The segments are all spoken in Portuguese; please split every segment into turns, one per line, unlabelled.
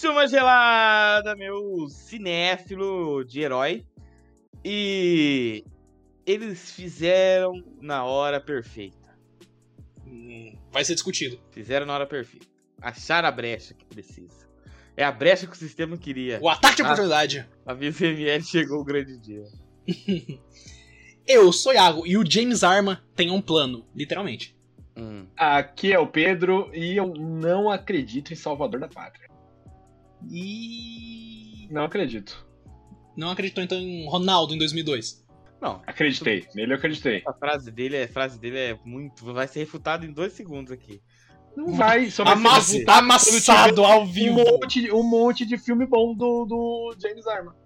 Toma gelada, meu cinéfilo de herói. E eles fizeram na hora perfeita.
Hum, Vai ser discutido.
Fizeram na hora perfeita. Acharam a brecha que precisa. É a brecha que o sistema queria.
O ataque de
Ah.
oportunidade.
A VCML chegou o grande dia.
Eu sou Iago e o James Arma tem um plano, literalmente.
Hum.
Aqui é o Pedro e eu não acredito em Salvador da Pátria.
E.
Não acredito.
Não acreditou então em Ronaldo em 2002.
Não,
Acreditei. Nele eu acreditei.
a frase dele é a frase dele é muito. Vai ser refutado em dois segundos aqui.
Não vai. Só Então vai ser assim, tá?
Amassa-
você.
amassado ao
um
vivo.
monte, um monte de filme bom do, do James Arma.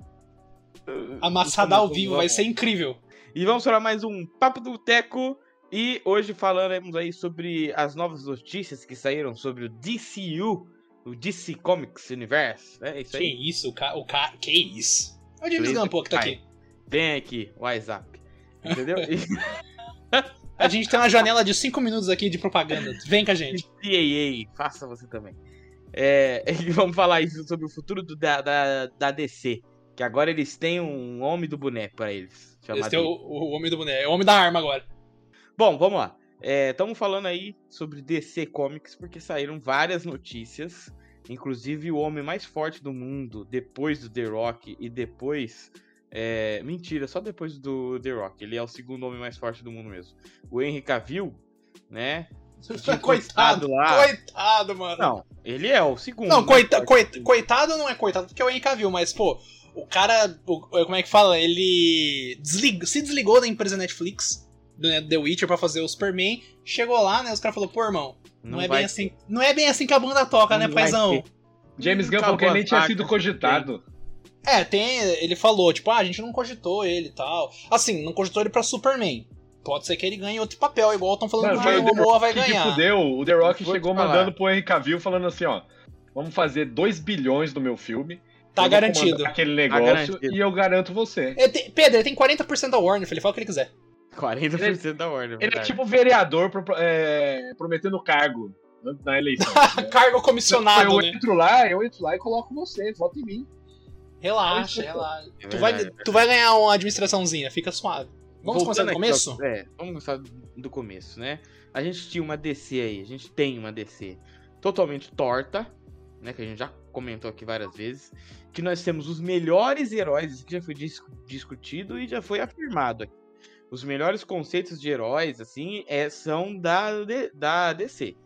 Amassado ao vivo, vai ser incrível.
E vamos para mais um Papo do Teco. E hoje falaremos aí sobre as novas notícias que saíram sobre o DCU, o DC Comics Universe. É isso
Que
aí.
isso, o ca... o ca... Que isso? É o James
Beleza,
Gunn, pô, que tá
vai.
aqui.
Vem aqui, WhatsApp. Entendeu? E
A gente tem uma janela de 5 minutos aqui de propaganda. Vem com a gente.
CAA, faça você também. É, e vamos falar isso sobre o futuro do- da, da, da DC. Que agora eles têm um homem do boneco pra eles.
Esse
chamado-
é o, o homem do boneco. É o homem da arma agora.
Bom, vamos lá. Estamos falando aí sobre DC Comics porque saíram várias notícias. Inclusive o homem mais forte do mundo, depois do The Rock e depois. é, mentira, só depois do The Rock. Ele é o segundo homem mais forte do mundo mesmo. O Henry Cavill, né? Tinha
coitado,
encostado lá.
coitado, mano.
Não, ele é o segundo.
Não,
mais
coita,
forte
coit-
do mundo.
coitado não é coitado, porque é o Henrique Cavill, mas, pô, o cara, o- como é que fala? Ele deslig- se desligou da empresa Netflix, do né, do The Witcher, pra fazer o Superman, chegou lá, né, os caras falaram, pô, irmão, não, é
vai
bem assim, não é bem assim que a banda toca,
Não
né,
vai
paizão?
James Gunn
Acabou
falou que ele nem
as
tinha
vacas,
né?
sido cogitado.
É, tem, ele falou, tipo, ah, a gente não cogitou ele e tal. Assim, não cogitou ele pra Superman. Pode ser que ele ganhe outro papel, igual estão falando
Mano,
que o
foi o
Jason
The
Momoa vai
que que
ganhar.
fudeu, o The Rock
Vou te
chegou
falar.
mandando pro Henry Cavill falando assim, ó. Vamos fazer 2 bilhões do meu filme.
Tá
eu vou
garantido.
comandar Aquele negócio
garantido.
e eu garanto você.
Ele tem- Pedro, ele tem 40% da Warner, ele fala o que ele quiser.
40% da ordem.
Ele é
verdade.
tipo vereador pro- é, prometendo cargo na eleição. né?
Cargo
eu
comissionado, né?
um entro lá, eu entro lá e coloco você, vota em mim.
Relaxa, relaxa.
É
Tu vai,
verdade.
tu vai ganhar uma administraçãozinha, fica suave. Vamos começar
Voltando
do
aqui
começo?
ao- É, vamos começar do começo, né? A gente tinha uma DC aí, a gente tem uma DC totalmente torta, né? Que a gente já comentou aqui várias vezes. Que nós temos os melhores heróis, isso que já foi dis- discutido e já foi afirmado aqui. Os melhores conceitos de heróis, assim, é, são da, D- da DC.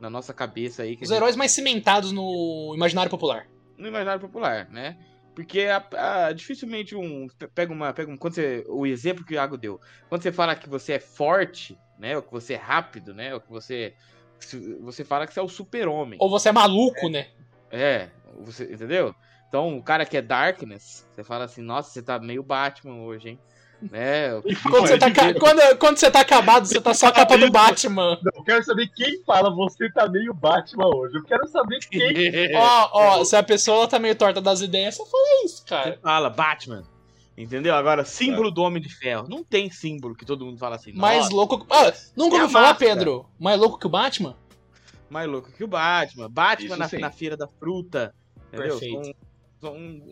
Na nossa cabeça aí. que
Os
a gente-
heróis mais cimentados no imaginário popular.
no imaginário popular, né? Porque a- a- dificilmente um. pe- Pega uma. Pega um quando você, o exemplo que o Iago deu. Quando você fala que você é forte, né? Ou que você é rápido, né? Ou que você. se- Você fala que você é o super-homem.
Ou você é maluco, né?
É, você, entendeu? Então, o cara que é Darkness, você fala assim, nossa, você tá meio Batman hoje, hein? né?
Quando você, tá, ca- quando, quando você tá acabado, você tá só a capa do Batman.
Eu quero saber quem fala você tá meio Batman hoje. Eu quero saber quem.
É.
Ó, ó, se a pessoa tá meio torta das ideias, você fala isso,
Você
cara.
fala Batman. Entendeu? Agora, símbolo do Homem de Ferro. Não tem símbolo que todo mundo fala assim.
Mais louco que. Ah, nunca
E a
ouviu falar,
máscara?
Pedro? Mais louco que o Batman?
mais louco que o Batman. Batman
Isso
na,
sim.
na feira da fruta. Entendeu?
Perfeito.
São, são,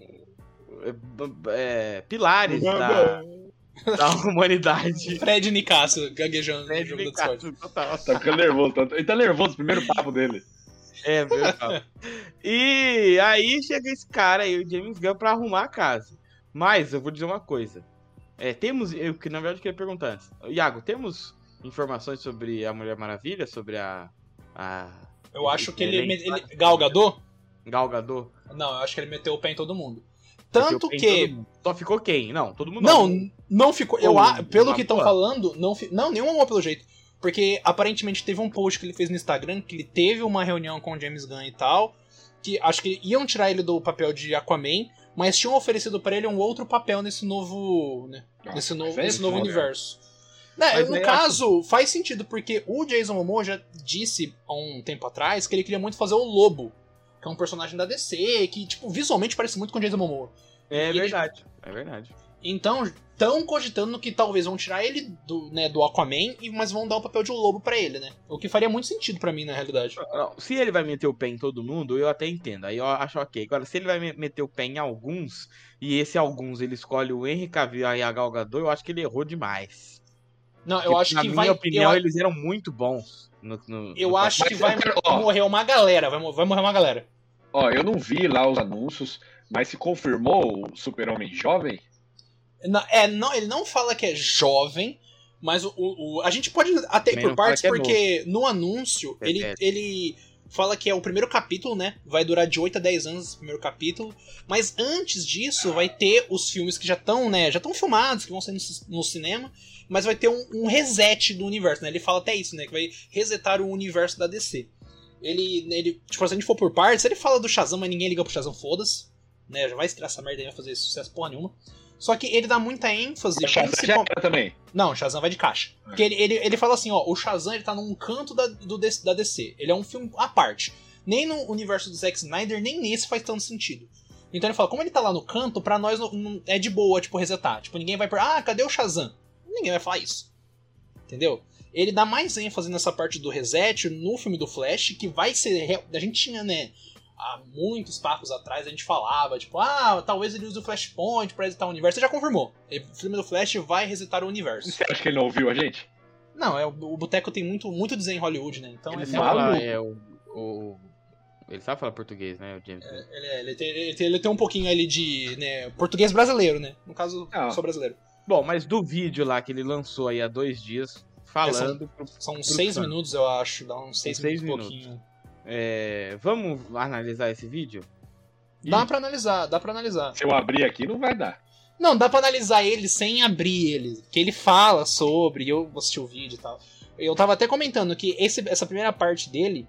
é, b- é, pilares da, da humanidade.
Fred Nicasso gaguejando
Né,
no jogo da Discord.
total.
Tá ficando nervoso. Tá... Ele tá nervoso, primeiro papo dele.
É, viu? E aí chega esse cara aí, o James Gunn, pra arrumar a casa. Mas eu vou dizer uma coisa. É, temos. Eu que na verdade eu queria perguntar antes. Iago, temos informações sobre a Mulher Maravilha, sobre a. a
Eu acho que ele.
Excelente.
ele Galgador?
Galgador?
Não, eu acho que ele meteu o pé em todo mundo. Tanto
Porque
que.
todo mundo- Só ficou quem? Não, todo mundo
Não, não ficou. Eu, a-
Ou
pelo
um- uma
que estão
boa.
falando, não, fi- não, nenhuma boa pelo jeito. Porque aparentemente teve um post que ele fez no Instagram que ele teve uma reunião com o James Gunn e tal. Que acho que iam tirar ele do papel de Aquaman, mas tinham oferecido pra ele um outro papel nesse novo. né,
Ah,
nesse novo, nesse novo universo. Né,
Mas é
no
aí eu
caso, faz sentido, porque o Jason Momoa já disse há um tempo atrás que ele queria muito fazer o Lobo, que é um personagem da DC, que, tipo, visualmente parece muito com o Jason Momoa.
É
Ele-
verdade. É verdade.
Então, estão cogitando que talvez vão tirar ele do, né, do Aquaman, e- mas vão dar o papel de lobo pra ele, né? O que faria muito sentido pra mim, na realidade.
Não, se ele vai meter o pé em todo mundo, eu até entendo. Aí eu acho ok. Agora, se ele vai me- meter o pé em alguns, e esse alguns ele escolhe o Henry Cavill e a Gal Gadot, eu acho que ele errou demais.
Não, eu
Porque,
acho
na
que
minha
vai.
opinião,
eu
eles eram muito bons. No, no-
eu
no-
acho
Mas
que
eu
vai
quero-
um
ó.
morrer uma galera. Vai, mo- vai morrer uma galera.
Ó, eu não vi lá os anúncios, mas se confirmou o Super-Homem Jovem?
Na- é, não, ele não fala que é jovem, mas o, o- o- a gente pode até
Também
ir por
não fala
partes,
que é
porque no anúncio
É
ele,
velho.
ele fala que é o primeiro capítulo, né? Vai durar de 8 a 10 anos esse primeiro capítulo, mas antes disso vai ter os filmes que já estão, né? Já estão filmados, que vão ser no, ci- no cinema, mas vai ter um, um reset do universo, né? Ele fala até isso, né? Que vai resetar o universo da DC. Ele, ele, tipo, se a gente for por partes, ele fala do Shazam, mas ninguém liga pro Shazam, foda-se. Né, já vai estrear essa merda aí, vai fazer sucesso porra nenhuma. Só que ele dá muita ênfase.
O Shazam já
principal-
era também.
Não, o Shazam vai de caixa. Porque ele, ele, ele fala assim, ó, o Shazam ele tá num canto da, do DC, da DC. Ele é um filme à parte. Nem no universo do Zack Snyder, nem nesse faz tanto sentido. Então ele fala, como ele tá lá no canto, pra nós não, não- é de boa, tipo, resetar. Tipo, ninguém vai perguntar, ah, cadê o Shazam? Ninguém vai falar isso. Entendeu? Ele dá mais ênfase nessa parte do reset no filme do Flash, que vai ser. re- A gente tinha, né? Há muitos papos atrás a gente falava, tipo, ah, talvez ele use o Flashpoint pra resetar o universo. Você já confirmou. ele- O filme do Flash vai resetar o universo.
Você acha que ele não ouviu a gente?
Não, é, o o Boteco tem muito, muito desenho em Hollywood, né? Então
Ele
ele,
Eles
é,
sabe falar,
maluco.
é, o, o- ele sabe falar português, né? O James. Gunn.
ele, é- ele tem, ele, tem, ele tem um pouquinho ali de né, português brasileiro, né? No caso,
Ah.
sou brasileiro.
Bom, mas do vídeo lá que ele lançou aí há dois dias, falando. pro-
São uns seis
fã.
minutos, eu acho. Dá uns seis,
seis
minutos,
minutos.
pouquinho.
é, vamos analisar esse vídeo?
Dá pra analisar, dá pra analisar.
Se eu abrir aqui, não vai dar.
Não, dá pra analisar ele sem abrir ele. Que ele fala sobre, eu assisti o vídeo e tal. Eu tava até comentando que esse- essa primeira parte dele,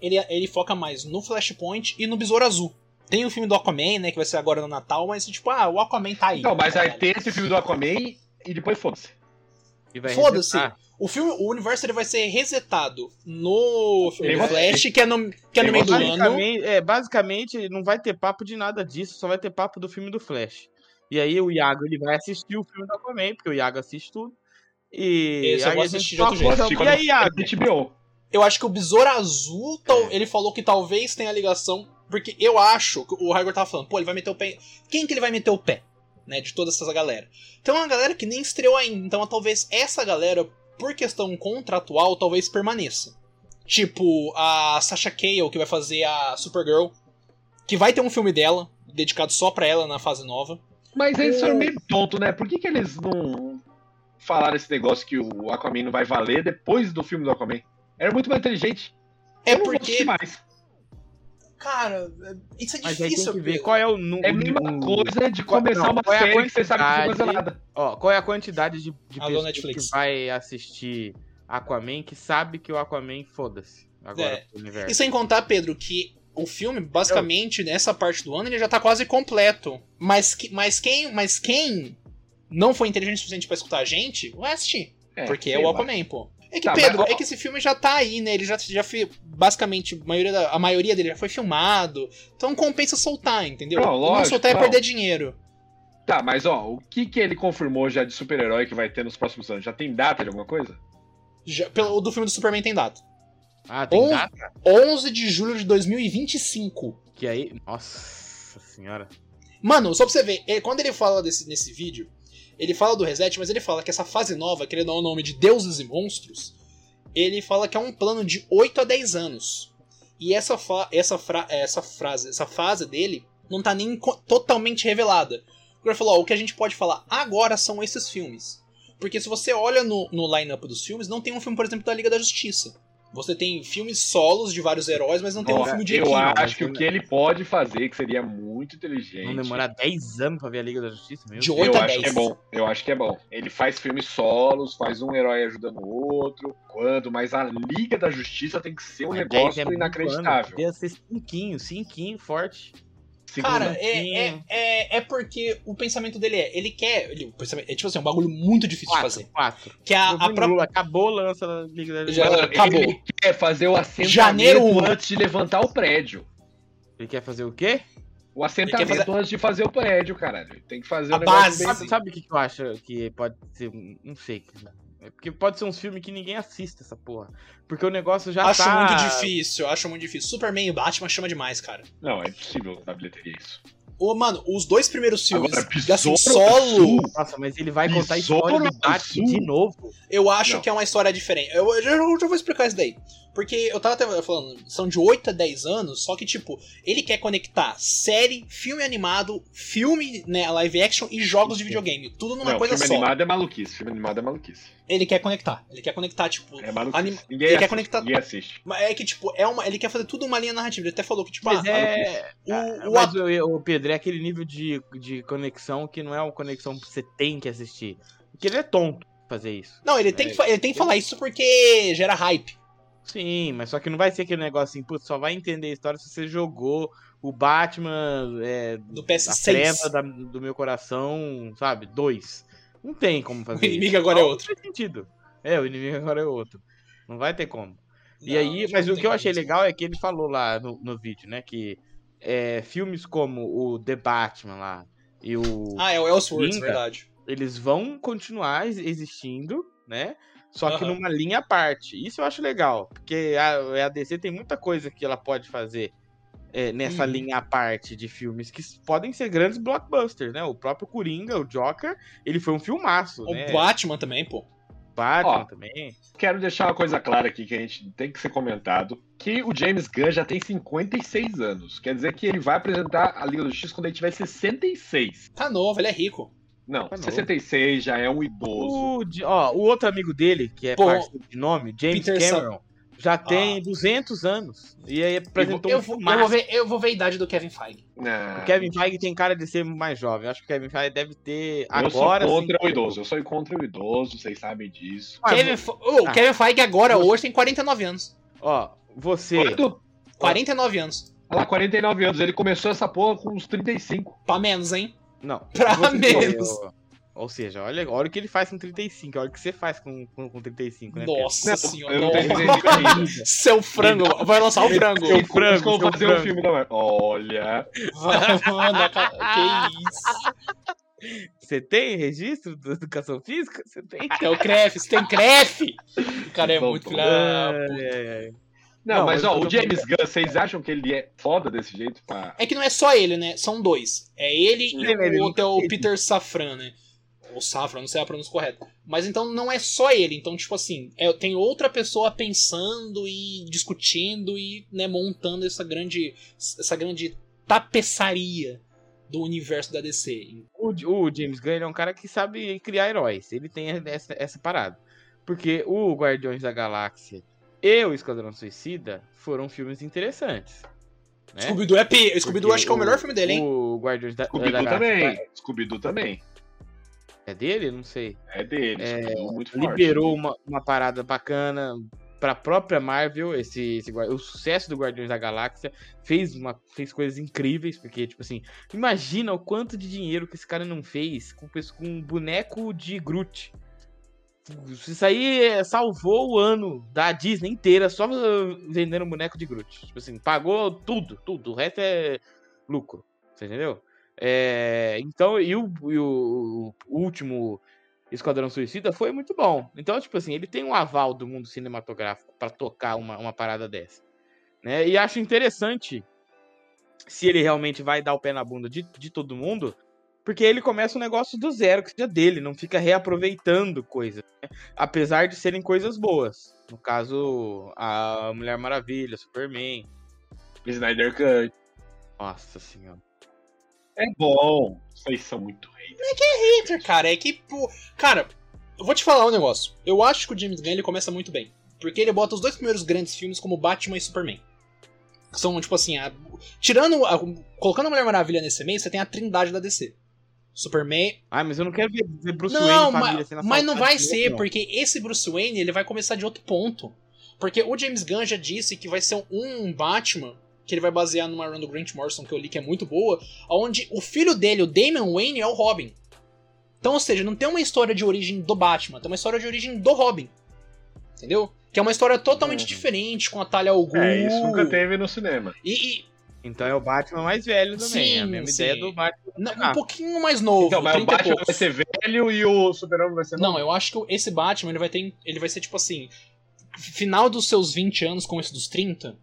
ele, ele foca mais no Flashpoint e no Besouro Azul. Tem o filme do Aquaman, né, que vai ser agora no Natal, mas tipo, ah, o Aquaman tá aí.
Não, Então, mas vai ter esse filme do Aquaman e depois foda-se.
E vai
Foda-se.
resetar?
O filme, o universo ele vai ser resetado no filme
Eu
do
vou-
Flash, que é no, que é no
eu
meio do
vou-
ano.
Basicamente, é, basicamente, não vai ter papo de nada disso, só vai ter papo do filme do Flash. E aí o Iago ele vai assistir o filme do Aquaman, porque o Iago assiste tudo. E
Esse eu
aí
vou
a gente
assistir de
só
outro jeito.
fica,
Vou assistir
E aí,
É
Iago?
HBO.
Eu acho que o Besouro Azul, tal-
É.
ele falou que talvez tenha ligação, porque eu acho que o Hagrid tava falando, pô, ele vai meter o pé. Quem que ele vai meter o pé? Né, de toda essa galera. Então é uma galera que nem estreou ainda. Então talvez essa galera, por questão contratual, talvez permaneça. Tipo, a Sasha Cale, que vai fazer a Supergirl, que vai ter um filme dela, dedicado só pra ela na fase nova.
Mas eles
É.
foram meio tonto, né? Por que, que eles não falaram esse negócio que o Aquaman não vai valer depois do filme do Aquaman? Era muito mais inteligente.
É
Eu não vou
porque,
assistir mais.
cara, isso é
Mas aí
difícil.
tem que ver
Pedro.
qual é o número.
É a mesma coisa de
qual-
começar
não,
uma
qual é a
série que você sabe que não vai fazer
quantidade-
nada.
Ó, qual é a quantidade de, de
Alô,
pessoas
Netflix.
que vai assistir Aquaman que sabe que o Aquaman foda-se agora
É.
pro universo?
E sem contar, Pedro, que o filme, basicamente, nessa parte do ano, ele já tá quase completo. Mas, que- mas, quem, mas quem não foi inteligente o suficiente pra escutar a gente, vai assistir. porque é
sei
o
lá.
Aquaman, pô. É que,
Tá,
Pedro,
mas-
é que esse filme já tá aí, né? Ele já, já foi. Basicamente, a maioria, da- a maioria dele já foi filmado. Então compensa soltar, entendeu?
Não, lógico,
soltar é
não.
perder dinheiro.
Tá, mas ó, o que que ele confirmou já de super-herói que vai ter nos próximos anos? Já tem data de alguma coisa?
Já- pelo, o do filme do Superman tem data.
Ah, tem
Ou-
data?
11 de julho de 2025.
Que aí. Nossa senhora.
Mano, só pra você ver, ele- quando ele fala desse, nesse vídeo, ele fala do reset, mas ele fala que essa fase nova, que ele dá o nome de Deuses e Monstros, ele fala que é um plano de 8 a 10 anos. E essa, fa- essa, fra- essa frase, essa fase dele não tá nem co- totalmente revelada. Porque ele falou, ó, o que a gente pode falar agora são esses filmes. Porque se você olha no, no line-up dos filmes, não tem um filme, por exemplo, da Liga da Justiça. Você tem filmes solos de vários heróis, mas não tem um
Olha,
filme de
eu
equipe.
mas
acho que o
não-
que ele pode fazer, que seria muito inteligente.
Vão demorar 10 anos pra ver a Liga da Justiça mesmo?
De
Eu
8 a
acho
10.
que é bom. Eu acho que é bom. Ele faz filmes solos, faz um herói ajudando o outro, quando, mas a Liga da Justiça tem que ser um
Mas 10 é
negócio
muito ano.
inacreditável.
Devia ser cinquinho, cinquinho, forte.
Cara, é, é,
Segundinha.
é, é porque o pensamento dele é, ele quer. Ele, o pensamento- é tipo assim, um bagulho muito difícil de
Quatro,
fazer.
quatro.
Que a,
Eu vou
a
em
própria.
Lula, Acabou o lance da Liga da
Já-
Justiça.
Mano,
acabou.
Ele quer fazer o
Janeiro um.
assentamento antes de levantar o prédio.
Ele quer fazer o quê?
O assentamento
Ele quer fazer-
antes de fazer o prédio, caralho. Tem que fazer
A
o negócio
base.
bem- assim.
Sabe, sabe o que que eu acho que pode ser? um- Não sei. cara. É porque pode ser uns filmes que ninguém assiste essa porra. Porque o negócio já
acho
tá...
muito difícil, acho muito difícil. Superman e Batman chama demais, cara.
Não, é impossível na bilheteria isso.
Ô, mano, os dois primeiros filmes
Agora,
de assim,
Besouro
solo,
Azul.
Nossa, mas ele vai contar a
Besouro
história do Batman
Azul.
de novo.
eu acho
Não.
que é uma história diferente. Eu, eu já, eu já vou explicar isso daí. Porque eu tava até falando, são de 8 a 10 anos, só que, tipo, ele quer conectar série, filme animado, filme, né, live action e jogos de videogame. Tudo numa
não,
coisa
filme
só.
animado é maluquice. Filme animado é maluquice.
Ele quer conectar. Ele quer conectar, tipo.
É maluquice.
Anim- ele
Ninguém,
quer
assiste,
conectar-
ninguém assiste.
Mas é que, tipo, é uma, ele quer fazer tudo uma linha narrativa. Ele até falou que, tipo,
Mas
ah,
é...
o, o
Mas o, o Pedro, é aquele nível de, de conexão que não é uma conexão que você tem que assistir. Porque ele é tonto fazer isso.
Não, ele tem, que, fa- ele tem que falar isso porque gera hype.
Sim, mas só que não vai ser aquele negócio assim, putz, só vai entender a história se você jogou o Batman é,
Do
a
PS6.
treva da- do meu coração, sabe? Dois. Não tem como
O
fazer isso.
inimigo agora é
Não,
outro.
Não faz sentido. É, o inimigo agora é outro. Não vai ter como. e
Não,
aí,
acho
mas
não
o
tem
que eu
como
achei
isso.
legal é que ele falou lá no, no vídeo, né? Que é, filmes como o The Batman lá e o.
Ah, é o Elseworlds,
Linda.
verdade.
Eles vão continuar ex- existindo, né? Só que
Aham.
numa linha à parte. Isso eu acho legal, porque a, a DC tem muita coisa que ela pode fazer é, nessa
Uhum.
linha à parte de filmes que s- podem ser grandes blockbusters, né? O próprio Coringa, o Joker, ele foi um filmaço,
O
né?
Batman também, pô.
Batman
Ó,
também.
Quero deixar uma coisa clara aqui que a gente tem que ser comentado: que o James Gunn já tem 56 anos. Quer dizer que ele vai apresentar a Liga do X quando ele tiver 66.
Tá novo, ele é rico.
Não,
Tá novo.
66 já é um idoso.
O, de- ó, o outro amigo dele, que é
Pô,
parceiro de nome, James
Peter Sa-
Cameron, já tem 200 anos. E aí apresentou
Eu
um
vou, eu,
filmaço.
vou ver, eu vou ver a idade do Kevin Feige.
Ah,
Uh, O Kevin Feige tem cara de ser mais jovem. Eu acho que o Kevin Feige deve ter
eu
agora.
sou contra
sim,
o idoso. Eu sou contra o idoso, vocês sabem disso.
Ah,
Kevin, Fe- Ô, o
Ah.
Kevin Feige agora,
Você-
hoje, tem 49 anos.
Ó, você.
Quando-
49 anos.
Olha lá, 49 anos. Ele começou essa porra com uns 35.
Pra menos, hein?
Não.
Pra
você-
menos.
Ou seja, olha, olha o que ele faz com 35, olha o que você faz com, com, com 35, né?
Nossa
Não,
senhora.
eu não tenho
não.
certeza ainda.
Seu frango. Vai lançar o frango.
Seu frango,
Vamos
seu
fazer um
frango.
filme da Marvel. Olha.
Vai, mano, cara, que isso.
Pedro? Você tem registro da educação física? Você tem?
É o Cref, você tem Cref. O cara é muito
Voltou.
filha.
É, é, é.
Não,
Não,
mas
mas
ó,
eu tô
o James Gunn, vocês acham que ele é foda desse jeito? Pá?
É que não é só ele, né? São dois. É ele e
Ele, ele
o outro é o
tem-
Peter Safran, né? Ou Safran, não sei a pronúncia correta. Mas então não é só ele. Então, tipo assim, é, tem outra pessoa pensando e discutindo e né, montando essa grande, essa grande tapeçaria do universo da DC.
O, o James Gunn ele é um cara que sabe criar heróis. Ele tem essa, essa parada. Porque o Guardiões da Galáxia e o Esquadrão Suicida foram filmes interessantes. Né?
Scooby-Doo é P. Scooby-Doo
Porque
acho que é o melhor filme dele, hein?
O Guardiões da, da
Scooby-Doo
Galáxia.
também. Scooby-Doo também.
É dele? Não sei.
É dele.
É,
Scooby-Doo muito forte.
liberou uma, uma parada bacana pra própria Marvel, esse, esse guar- o sucesso do Guardiões da Galáxia fez uma fez coisas incríveis, porque tipo assim, imagina o quanto de dinheiro que esse cara não fez com pes- com um boneco de Groot. Isso aí é, salvou o ano da Disney inteira só uh, vendendo um boneco de Groot. Tipo assim, pagou tudo, tudo, o resto é lucro. Você entendeu? É, então, e o- e o- o último Esquadrão Suicida foi muito bom. Então, tipo assim, ele tem um aval do mundo cinematográfico pra tocar uma, uma parada dessa. Né? E acho interessante se ele realmente vai dar o pé na bunda de, de todo mundo, porque ele começa um negócio do zero, que seja dele, não fica reaproveitando coisas. né? Apesar de serem coisas boas. No caso, a Mulher Maravilha, Superman.
Snyder Cut.
Nossa senhora.
É bom. Vocês são muito haters.
Hater, cara, é que, pô. Cara, eu vou te falar um negócio. Eu acho que o James Gunn ele começa muito bem. Porque ele bota os dois primeiros grandes filmes como Batman e Superman. Que são, tipo assim, a- tirando. a- colocando a Mulher Maravilha nesse meio, você tem a trindade da DC. Superman.
Ah, mas eu não quero ver, ver Bruce
não,
Wayne e família
mas,
sendo
mas não
assaltada
vai
de novo,
ser,
não.
porque esse Bruce Wayne ele vai começar de outro ponto. Porque o James Gunn já disse que vai ser um Batman, que ele vai basear numa run do Grant Morrison que eu li que é muito boa, onde o filho dele, o Damian Wayne, é o Robin. Então, ou seja, não tem uma história de origem do Batman, tem uma história de origem do Robin. Entendeu? Que é uma história totalmente
Uhum.
É,
diferente, com a Talia al Ghul.
É, isso nunca teve no cinema.
E, e-
Então é o Batman mais velho também. é a
Sim,
mesma
sim.
ideia do Batman.
Não,
Ah.
um pouquinho mais novo.
Então, mas o
30 e
Batman vai
poucos.
ser velho e o Super-Homem vai ser
Não, eu acho que esse Batman ele vai ter. Ele vai ser tipo assim. Final dos seus 20 anos com esse dos 30.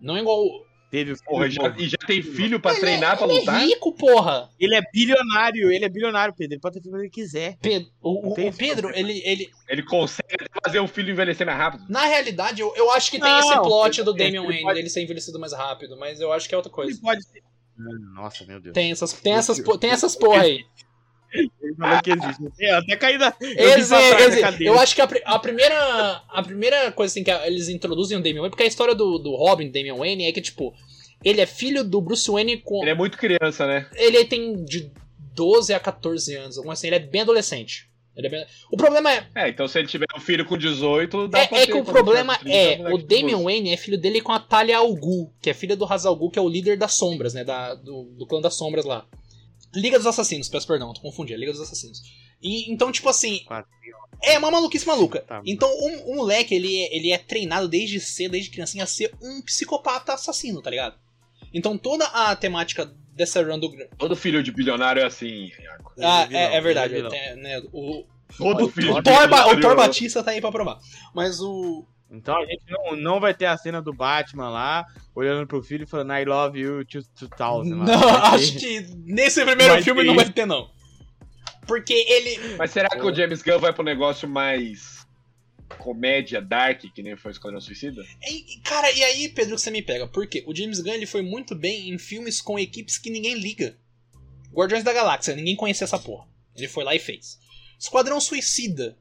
Não é igual.
Teve o filho
Porra, já-
novo.
e já tem filho pra
Ele é-
treinar, pra
Ele
lutar?
é rico, porra!
Ele é bilionário, ele é bilionário, Pedro. Ele pode ter filho que ele quiser.
Pe- o, o-
Não tem
o
esse
Pedro, ele, ele.
Ele consegue até fazer o filho envelhecer mais rápido?
Na realidade, eu, eu acho que tem
Não,
esse plot
ele-
do Damian
ele
Wayne,
pode-
dele ser envelhecido mais rápido, mas eu acho que é outra
Ele
coisa.
pode ser. Ah, Nossa, meu Deus.
Tem essas, tem essas, po- tem essas porra aí.
Ele falou que existe. É, Eu até caí da. Eu vim
Eles,
pra trás
eles-
da cadeira.
eu acho que a, pri- a primeira a primeira coisa assim que a- eles introduzem o Damian Wayne, porque a história do, do Robin, Damian Wayne, é que, tipo, ele é filho do Bruce Wayne com.
Ele é muito criança, né?
ele tem de 12 a 14 anos, alguma coisa assim, ele é bem adolescente. Ele é bem- O problema é.
É, então se ele tiver um filho com 18, dá pra
É, é
ter, tá
que o
quando
problema
tiver
é,
30, moleque
o
de
Damian
12.
Wayne é filho dele com a Talia al Ghul, que é filha do Hazal Ghul, que é o líder das sombras, né? Da, do, do clã das sombras lá. Liga dos Assassinos, peço perdão, tô confundindo, é Liga dos Assassinos. E, então, tipo assim,
Quase.
é uma maluquice maluca.
Tá, mano.
Então, o, o moleque, ele é, ele é treinado desde cedo, desde criancinha, a ser um psicopata assassino, tá ligado? Então, toda a temática dessa run do,
Todo filho de bilionário é assim, Iago.
Ele
Ah,
vilão,
é, é
ele
verdade.
vilão.
tem, né, o,
Todo
o,
filho
o
de
Thor, Ba- o
bilionário- é assim.
Thor Batista tá aí pra provar. Mas o.
Então a gente não, não vai ter a cena do Batman lá, olhando pro filho e falando I love you to- 2000. lá.
Não,
Vai ter.
acho que nesse primeiro
Vai
filme
ter
não vai ter, não. Porque ele.
Mas será que o James Gunn vai pro negócio mais comédia, dark, que nem foi o Esquadrão Suicida?
e- Cara, e aí, Pedro, que você me pega? Por quê? O James Gunn ele foi muito bem em filmes com equipes que ninguém liga. Guardiões da Galáxia, ninguém conhecia essa porra. Ele foi lá e fez. Esquadrão Suicida.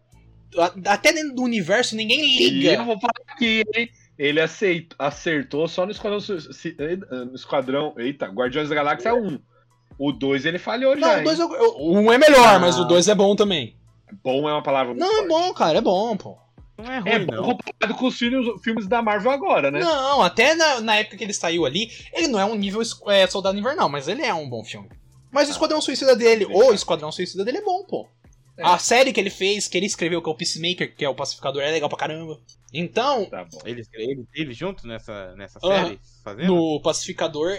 a- Até dentro do universo ninguém
E eu
liga.
vou falar aqui, hein? Ele aceit- acertou só no Esquadrão Suicida. No Esquadrão. Eita, Guardiões da Galáxia 1. O 2 ele falhou já.
Não, o
hein?
dois eu- eu- um é melhor, mas o
Ah.
dois é bom também.
Bom é uma palavra muito
Não, é
forte.
bom, cara, é bom, pô.
Não é ruim,
É
não.
bom comparado com os filmes, filmes da Marvel agora, né?
Não, até na, na época que ele saiu ali, ele não é um nível es- é, Soldado Invernal, mas ele é um bom filme. Mas o
Ah.
Esquadrão Suicida dele, ou o Esquadrão Suicida dele é bom, pô.
É.
A série que ele fez, que ele escreveu, que é o Peacemaker, que é o Pacificador, é legal pra caramba. Então,
Tá bom.
Ele, ele, ele junto nessa, nessa
Aham.
série? Fazendo?
Ah, no Pacificador.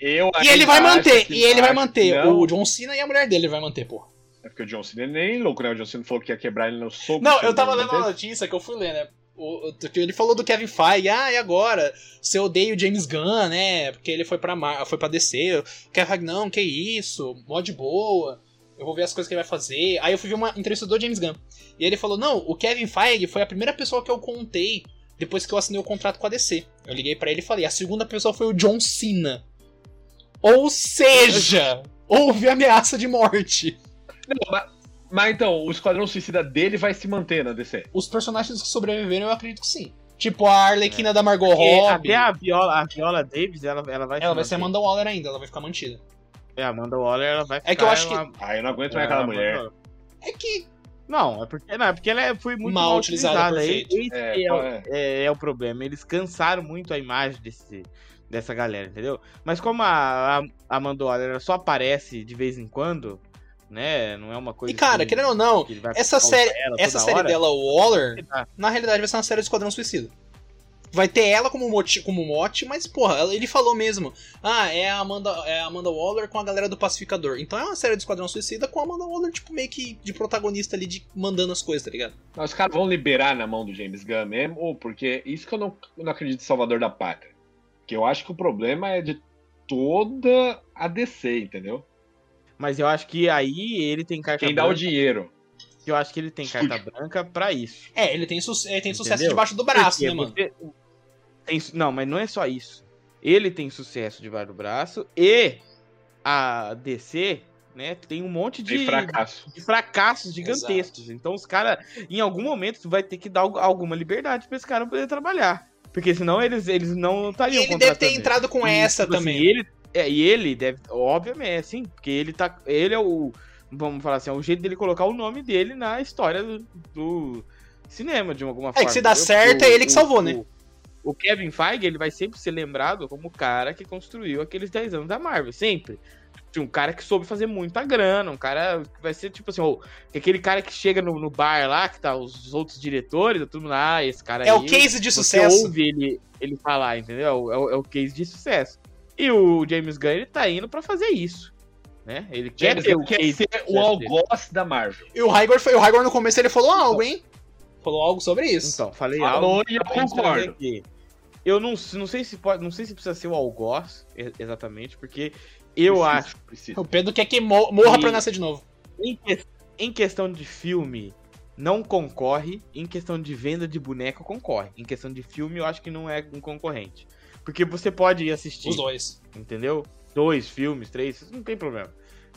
Eu
E ele vai
ainda
manter,
acho que-
e ele vai
acho que
manter.
não.
O John Cena e a mulher dele vai manter, pô.
É porque o John Cena é nem louco, né? O John Cena falou que ia quebrar ele no soco.
Não,
se
eu
ele
tava
não
lendo
manter.
uma notícia que eu fui ler, né? O- o- que ele falou do Kevin Feige, ah, e agora? Você odeia o James Gunn, né? Porque ele foi pra, Mar- foi pra DC. O Kevin Feige, não, que isso, mó de boa. Eu vou ver as coisas que ele vai fazer. Aí eu fui ver uma entrevista do James Gunn. E ele falou, não, o Kevin Feige foi a primeira pessoa que eu contei depois que eu assinei o contrato com a DC. Eu liguei pra ele e falei, a segunda pessoa foi o John Cena. Ou seja, houve ameaça de morte.
Não, mas, mas então, o Esquadrão Suicida dele vai se manter na DC.
Os personagens que sobreviveram, eu acredito que sim. Tipo a
É.
Arlequina da Margot
Porque
Robbie.
até a assim. Viola, a Viola Davis, ela, ela vai
Ela vai ser
manter.
Amanda Waller ainda, ela vai ficar mantida.
É, a Amanda Waller, ela vai
É que eu
ficar,
acho que-
ela-
Ah, eu não aguento mais aquela
ela-
mulher.
É que.
Não, é porque, não, é porque ela é- foi muito
Mal
mal,
utilizada,
utilizada.
perfeito.
Esse
É,
é, o-
é.
é- é o problema. Eles cansaram muito a imagem desse, dessa galera, entendeu? Mas como a, a, a Mandora ela só aparece de vez em quando, né? Não é uma coisa.
E
que-
cara, querendo ou não,
que ele vai
essa
ficar
série-
ela
essa
toda
série
hora.
dela, o
É
Waller, na realidade vai ser uma série do Esquadrão Suicida. Vai ter ela como, moti como mote, mas porra, ela- ele falou mesmo. Ah, é a, Amanda, é a Amanda Waller com a galera do Pacificador. Então é uma série do Esquadrão Suicida com a Amanda Waller, tipo, meio que de protagonista ali, de mandando as coisas, tá ligado?
Mas os caras vão liberar na mão do James Gunn mesmo, ou porque isso que eu não, eu não acredito em Salvador da Pátria. Que eu acho que o problema é de toda a DC, entendeu?
Mas eu acho que aí ele tem carta
Quem dá
branca.
o dinheiro.
Eu acho que ele tem carta branca pra isso.
É, ele tem, su- ele tem sucesso
Entendeu?
debaixo do braço,
Porque é
né, mano?
você- tem su- não, mas não é só isso. Ele tem sucesso de do braço e a DC, né, tem um monte
De
de,
fracasso.
de fracassos gigantescos. Então os caras, em algum momento, tu vai ter que dar algu- alguma liberdade pra esse cara poder trabalhar. Porque senão eles, eles não
E
estariam
ele deve ter
contratando ele.
entrado com
E,
essa
tipo assim,
também. né?
ele, é, e ele deve. Obviamente, sim, porque ele tá. Ele é o. Vamos falar assim, é o jeito dele colocar o nome dele na história do, do cinema, de alguma forma.
É, que se dá
entendeu?
certo,
Porque
é ele que salvou, né?
O, o Kevin Feige, ele vai sempre ser lembrado como o cara que construiu aqueles 10 anos da Marvel, sempre. Tipo, Um cara que soube fazer muita grana, um cara que vai ser tipo assim, ô, aquele cara que chega no, no bar lá, que tá os outros diretores, todo mundo, ah, esse cara
É
aí
o case de
você
sucesso.
ouve ele, ele falar, entendeu? É o, é o case é de sucesso. E o James Gunn, ele tá indo pra fazer isso. Né? Ele quer
James
ter
Gunn
o
quer
Case
ser o
dele.
algoz da Marvel.
E o Raigor, foi- o Raigor no começo ele falou algo, hein? Falou algo sobre isso.
Então, falei algo.
Falou e eu
Vamos trazer
concordo.
aqui. Eu não, não sei se pode, não sei se precisa ser o algoz e- exatamente, porque eu
Preciso,
acho
preciso.
O Pedro quer que mo- morra
E-
pra nascer de novo.
em, que- em questão de filme não concorre, em questão de venda de boneco concorre. Em questão de filme eu acho que não é um concorrente. Porque você pode ir assistir,
Os dois.
entendeu? Dois filmes, três, não tem problema.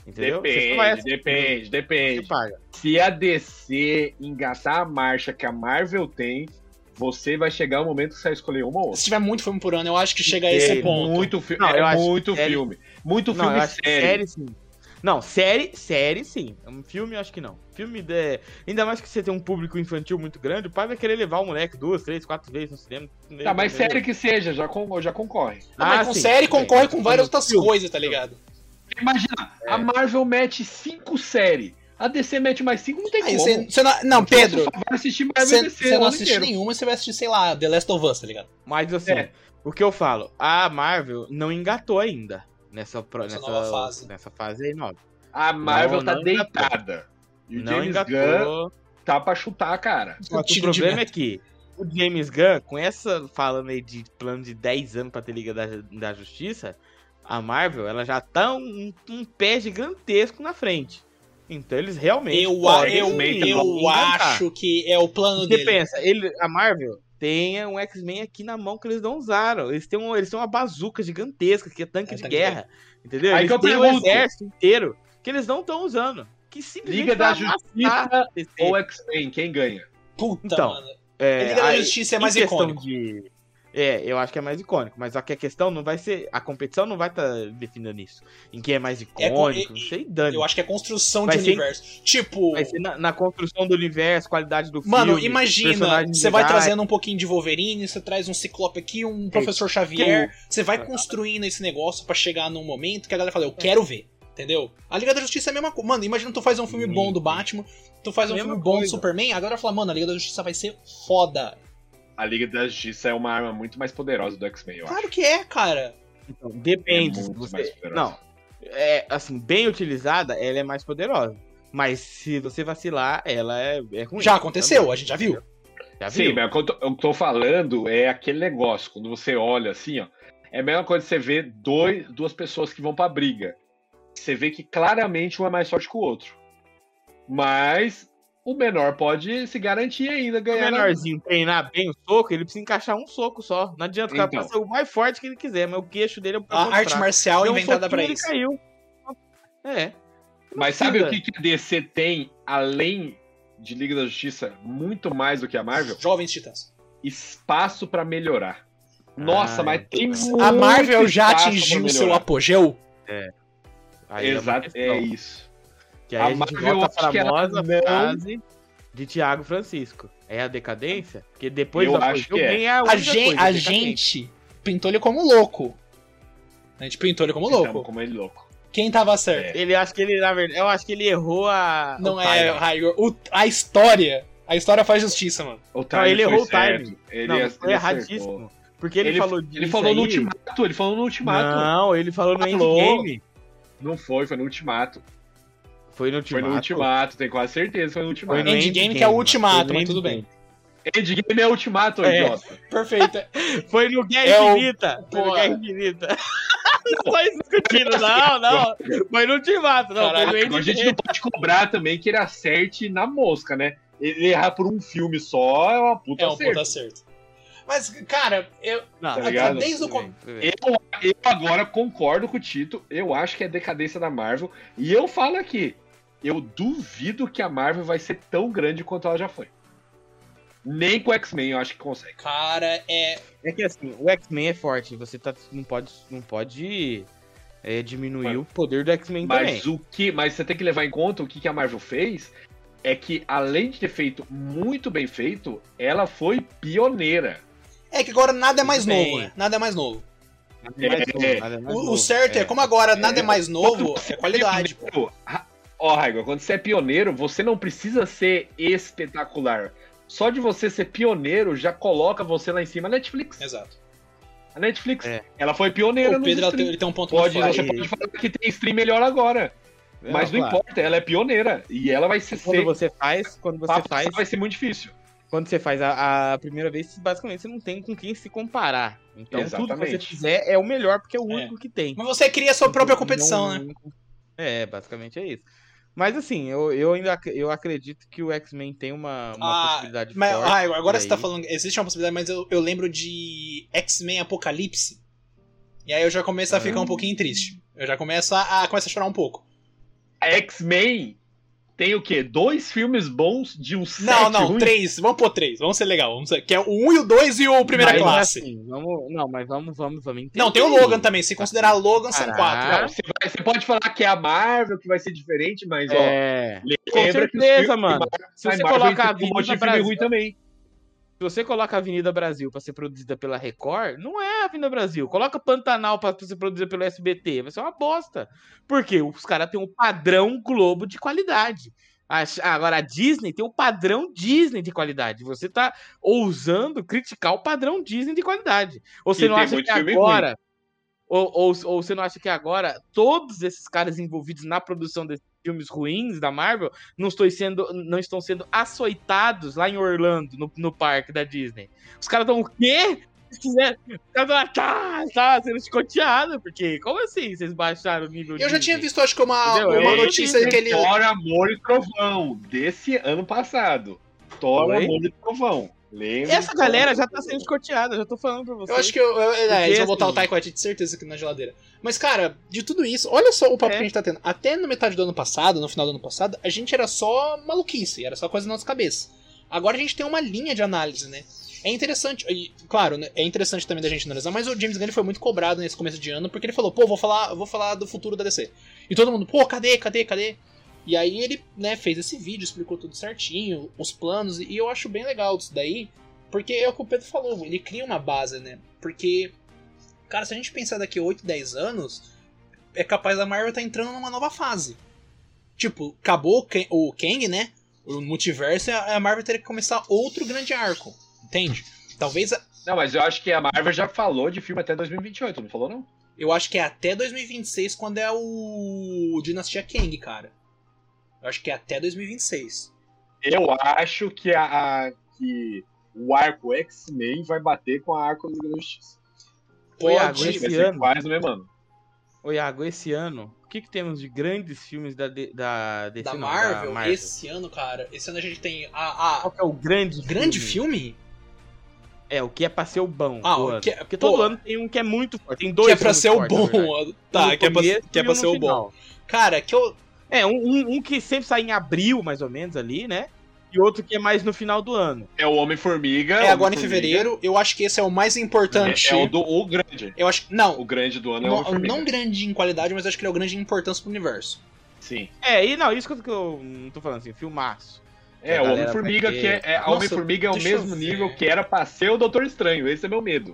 Entendeu? Você só vai
Depende,
assistir,
depende,
Você
depende.
paga.
Se a DC engatar a marcha que a Marvel tem, você vai chegar o momento que você vai escolher uma ou outra.
Se tiver muito filme por ano, eu acho que chega a
Tem
esse
É
ponto.
Muito, fi
Não,
é
eu acho
muito
série-
filme. Muito
Não,
filme
eu
não,
acho que é
sério.
série sim. Não, série, série sim. Um filme eu acho que não. Filme de... ainda mais que você tem um público infantil muito grande, o pai vai querer levar o moleque duas, três, quatro vezes no cinema.
Tá, mas série que seja, já, con- já concorre.
Ah, mas com série concorre com várias outras coisas, tá ligado?
Imagina,
É.
a Marvel mete cinco séries. A DC mete mais cinco, não tem
Aí
como.
você, você não, não, Pedro,
Você só vai assistir Marvel e
você,
DC
você
o
não
ano
assiste
inteiro.
nenhuma e você vai assistir, sei lá, The Last of Us, tá ligado?
Mas assim,
É.
o que eu falo, a Marvel não engatou ainda nessa, pro-
Essa
nessa,
nova fase.
nessa fase aí nova.
A Marvel
Não,
tá
não engatou.
deitada. E o
não
James
engatou.
Gunn tá pra chutar a cara.
Só que o
Tiro de
problema é que o James Gunn, com essa falando aí de plano de 10 anos pra ter Liga da, da Justiça, a Marvel, ela já tá um, um pé gigantesco na frente. Então eles realmente.
Eu, a-
podem
eu,
X-Men
engatar.
eu acho que é o plano
Você
dele.
pensa, ele, a Marvel tem um X-Men aqui na mão que eles não usaram. Eles têm, um, eles têm uma bazuca gigantesca, que é tanque
É,
de
tanque
guerra. Entendeu?
Aí
eles
que eu
têm um
pergunto.
exército inteiro que eles não estão usando. Que simplesmente
Liga da
vai amassar
Justiça
esse-
ou X-Men, quem ganha?
Puta,
Então,
mano.
é,
A Liga da
aí-
Justiça é
Em
mais
questão
icônico.
de- É, eu acho que é mais icônico, mas a que- a questão não vai ser. A competição não vai estar definindo isso. Em quem é mais icônico,
e-
não sei, dane.
Eu acho que é construção
Vai
de
ser-
universo. Tipo,
Vai ser na, na construção do universo, qualidade do
mano,
filme.
imagina,
personagem
você vai
design.
trazendo um pouquinho de Wolverine, você traz um Ciclope aqui, um Professor Xavier, você vai construindo esse negócio pra chegar num momento que a galera fala, eu quero ver, entendeu? A Liga da Justiça é a mesma coisa. Mano, imagina tu faz um filme bom do Batman, tu faz um
Mesma
filme bom do
coisa.
Superman, a galera fala, mano, a Liga da Justiça vai ser foda.
A Liga da Justiça é uma arma muito mais poderosa do X-Men, eu acho.
Claro que é, cara.
Então, depende.
É
se
muito
você-
mais poderosa.
Não. É, assim, bem utilizada, ela é mais poderosa. Mas se você vacilar, ela é, é ruim.
Já aconteceu, a gente já viu.
Já viu?
Sim, mas o que eu tô- eu tô falando é aquele negócio, quando você olha assim, ó, é a mesma coisa que você vê dois, duas pessoas que vão pra briga. Você vê que claramente um é mais forte que o outro. Mas o menor pode se garantir ainda,
Se o
ganhar. na-
menorzinho treinar bem o soco, ele precisa encaixar um soco só. Não adianta o cara
Então.
passar o mais forte que ele quiser, mas o queixo dele é o
A arte marcial
Deu um
inventada pra
soquinho, ele
isso.
caiu. É.
Mas sabe
Precisa.
o que, que a DC tem além de Liga da Justiça, muito mais do que a Marvel?
Jovens Titãs.
Espaço pra melhorar. Nossa,
Ah,
mas tem muito
A Marvel já
espaço pra
atingiu seu
melhorar.
apogeu?
Aí é uma
Exato,
questão.
é isso.
Que aí a,
A
gente
Marvel,
volta à
acho que ela
famosa
não-
frase de Tiago Francisco. É a decadência? Porque depois
Eu
da
acho que é.
bem a,
A
única
gente,
coisa,
a
decadência.
gente pintou ele como louco. A gente pintou ele como
Estamos
louco.
como ele é tá um louco.
Quem tava certo?
É.
Ele acha que ele, na verdade, eu acho que ele errou a.
Não
o
é,
timing.
Raigor. O- A história. A história faz justiça, mano.
O
Não, ele
foi
errou o
certo.
timing.
Ele,
Não,
ele
foi erradíssimo.
acertou.
Porque ele, falou disso.
Ele falou no
aí-
ultimato, ele falou no ultimato.
Não, ele falou no
Falou.
endgame.
Não foi, foi no ultimato.
Foi no
Foi
ultimato.
no ultimato, tenho quase certeza, foi no
Foi
ultimato.
no
Endgame, que é o ultimato,
Foi no
mas tudo bem.
Endgame é ultimato,
É.
idiota.
Perfeito.
Foi no Guerra
É o-
Infinita. Foi no
Pô.
Guerra Infinita. Só isso discutindo. Não, não. Foi no Ultimato. Não,
Caralho,
foi no
Agora a gente não
Endgame.
pode cobrar também que ele acerte na mosca, né? Ele errar por um filme só é uma puta
É um
acerto.
puta acerto. Mas, cara, eu,
Não,
tá ligado?
Desde o
Tudo bem, tudo bem.
Eu, eu agora concordo com o Tito. Eu acho que é decadência da Marvel. E eu falo aqui, eu duvido que a Marvel vai ser tão grande quanto ela já foi. Nem com o X-Men eu acho que consegue.
cara, é.
É que assim, o X-Men é forte. Você tá, não pode, não pode é, diminuir
Mas-
o poder do X-Men também.
Mas o que, mas você tem que levar em conta o que, que a Marvel fez é que além de ter feito muito bem feito, ela foi pioneira.
É que agora nada é mais
Tudo bem.
novo, né? Nada é mais novo.
Nada é mais
é,
novo,
é.
nada é mais
O, o
novo.
certo é, como agora nada é mais novo,
Quando você
é qualidade. pô.
pioneiro, Tipo, ra- Ó, Raigo, quando você é pioneiro, você não precisa ser espetacular. Só de você ser pioneiro já coloca você lá em cima da Netflix.
Exato.
A Netflix,
É.
ela foi pioneira
o
no
Pedro ele tem um ponto
pode,
muito forte.
Você
aí.
pode falar que tem stream melhor agora. mas não
claro.
importa, ela é pioneira. E ela vai ser.
Quando
ser
você faz, quando você
pra passar
faz,
Vai ser muito difícil.
quando você faz a, a primeira vez, basicamente você não tem com quem se comparar. Então tudo que você
Exatamente.
fizer é o melhor porque é o único que tem.
Mas você cria a sua própria competição,
Não-
né?
É, basicamente é isso. Mas assim, eu, eu ainda ac- eu acredito que o X-Men tem uma, uma
Ah,
possibilidade
Mas,
forte.
ah, agora você tá
aí.
falando. Existe uma possibilidade, mas eu, eu lembro de X-Men Apocalipse. E aí eu já começo a ficar
Ah.
um pouquinho triste. Eu já começo a, a, começo a chorar um pouco.
A X-Men tem o quê? Dois filmes bons de um
Não, não, três. Vamos pôr três. Vamos ser legal. Vamos ser, que é o um e o dois e o primeira
Mas,
classe.
assim, vamos, não, mas vamos, vamos, vamos. entender.
não, tem o Logan também. Se considerar Logan, são
Caraca.
quatro.
Não, você, vai- você pode falar que é a Marvel, que vai ser diferente, mas ó.
É. Com
lembra que os
certeza,
filmes-
mano. Se você coloca a
tem um
Avenida
monte de filme
Brasil-
ruim também.
Se você coloca a Avenida Brasil pra ser produzida pela Record, não é a Avenida Brasil. Coloca Pantanal pra ser produzida pelo SBT, vai ser uma bosta. Porque os caras têm um padrão Globo de qualidade. A- ah, Agora a Disney tem o padrão Disney de qualidade. Você tá ousando criticar o padrão Disney de qualidade. Ou você
E
não
tem
acha
muito
que
filme
agora. Ou, ou, ou você não acha que agora todos esses caras envolvidos na produção desses filmes ruins da Marvel não, estou sendo, não estão sendo açoitados lá em Orlando, no, no parque da Disney. Os caras estão o quê? Né? Os caras tão lá, tá, tá sendo chicoteado, porque como assim vocês baixaram o nível
Eu já tinha
Disney?
visto, acho que uma,
Entendeu?
uma
Eu já
notícia
tinha
que ele.
Thor, Amor e Trovão, desse ano passado. Thor,
Oi?
Amor e Trovão. Lembra?
Essa galera já tá sendo chicoteada, já tô falando pra vocês.
Eu acho que eu, eu- é,
Porque,
eles vão botar
assim-
o Taiko de certeza aqui na geladeira. Mas, cara, de tudo isso, olha só o papo
É.
que a gente tá tendo. Até na metade do ano passado, no final do ano passado, a gente era só maluquice, era só coisa na nossa cabeça. Agora a gente tem uma linha de análise, né? É interessante, e, claro, né, é interessante também da gente analisar, mas o James Gunn ele foi muito cobrado nesse começo de ano, porque ele falou, pô, vou falar, vou falar do futuro da DC. E todo mundo, pô, cadê, cadê, cadê? E aí ele, né, fez esse vídeo, explicou tudo certinho, os planos, e eu acho bem legal isso daí, porque é o que o Pedro falou, ele cria uma base, né? Porque, cara, se a gente pensar daqui 8, 10 anos, é capaz da Marvel tá entrando numa nova fase. Tipo, acabou o Ken- o Kang, né? O multiverso, a a Marvel teria que começar outro grande arco, entende? Talvez, a-
Não, mas eu acho que a Marvel já falou de filme até 2028, não falou não?
eu acho que é até 2026 quando é o Dinastia Kang, cara. Eu acho que é até 2026.
Eu acho que, a, a- que o arco X-Men vai bater com a arco Liga da Justiça.
Ô, Iago,
Pode-
esse
Vai ser
ano-
quase né, no mesmo ano.
Ô, Iago, esse ano, o que, que temos de grandes filmes da, D- da DC?
da
não,
Marvel, esse ano, cara. Esse ano a gente tem a. a-
Qual que é o grande
grande filme?
É, o que é pra ser o bom.
Ah,
do
o
ano.
que é-
Porque todo
pô.
ano tem um que é muito forte. Tem dois
que é pra
filmes
ser o
fortes, na verdade.
bom.
Um
Tá,
no
que é pra,
começo
que é
e
pra
um
ser
no
o bom.
final.
Cara, que eu.
É, um, um, um que sempre sai em abril, mais ou menos, ali, né? E outro que é mais no final do ano.
É o Homem-Formiga.
É
o
agora em
Homem-Formiga.
fevereiro, eu acho que esse é o mais importante.
É, é o, do, o grande.
Eu acho que. Não,
O grande do ano é o
não,
Homem-Formiga.
não grande em qualidade, mas acho que ele é o grande em importância pro universo.
Sim.
É, e não, isso que eu, que eu não tô falando assim, filmaço.
É,
A
o
galera
Homem-Formiga
vai ter-
que é, é, a
Nossa,
Homem-Formiga é o
deixa eu
mesmo
ver.
nível que era pra ser o Doutor Estranho. Esse é meu medo.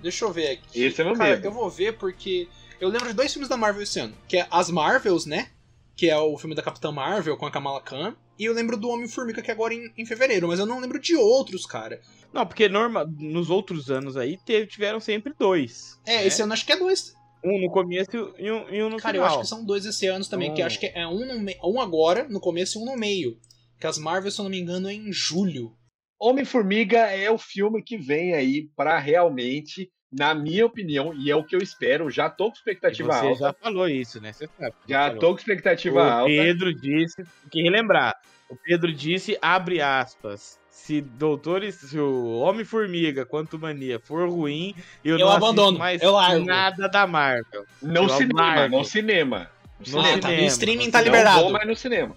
Deixa eu ver aqui.
Esse é meu
Cara,
medo.
eu vou ver porque. Eu lembro de dois filmes da Marvel esse ano. Que é As Marvels, né? Que é o filme da Capitã Marvel com a Kamala Khan. E eu lembro do Homem-Formiga, que é agora em, em fevereiro. Mas eu não lembro de outros, cara.
Não, porque norma, nos outros anos aí teve, tiveram sempre dois.
É,
né?
esse ano acho que é dois.
Um no começo e um, e um no
Cara, eu
final.
acho que são dois esse ano também.
Então-
Que acho que é um, no me- um agora, no começo, e um no meio. Que as Marvels, se eu não me engano, é em julho.
Homem-Formiga é o filme que vem aí pra realmente, na minha opinião, e é o que eu espero, já tô com
é
E
expectativa
Você
alta.
já falou isso, né? Você sabe.
Já,
falou.
tô com expectativa
O
alta.
Pedro disse, tem que relembrar. O Pedro disse, abre aspas. Se doutores, se o Homem-Formiga quanto mania for ruim, eu,
Eu
não assisto
abandono,
mais
eu largo.
nada da Marvel.
Não
Pelo
cinema,
amor.
não cinema.
No
Ah, tá.
cinema,
No streaming
no
tá
cinema.
liberado.
Não vou mais no cinema.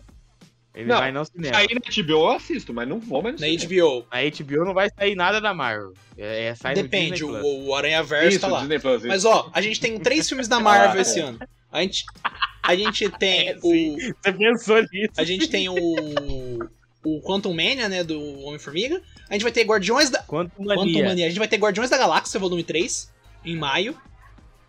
Ele
Não,
vai no cinema.
Aí na HBO eu assisto, mas não vou mais no
Na
cinema.
HBO.
Na HBO não vai sair nada da Marvel. É, é sai no
Depende,
Disney Plus.
o, o Aranha Verso tá
Isso,
lá.
Disney Plus. isso.
Mas ó, a gente tem três filmes da Marvel
Ah,
esse
é.
ano. A gente, a gente tem
É,
o.
sim. Você pensou nisso?
A gente tem o. O Quantum Mania, né? Do Homem-Formiga. A gente vai ter Guardiões da.
Quanto
Quantum
mania.
Mania. A gente vai ter Guardiões da Galáxia, volume 3, em maio.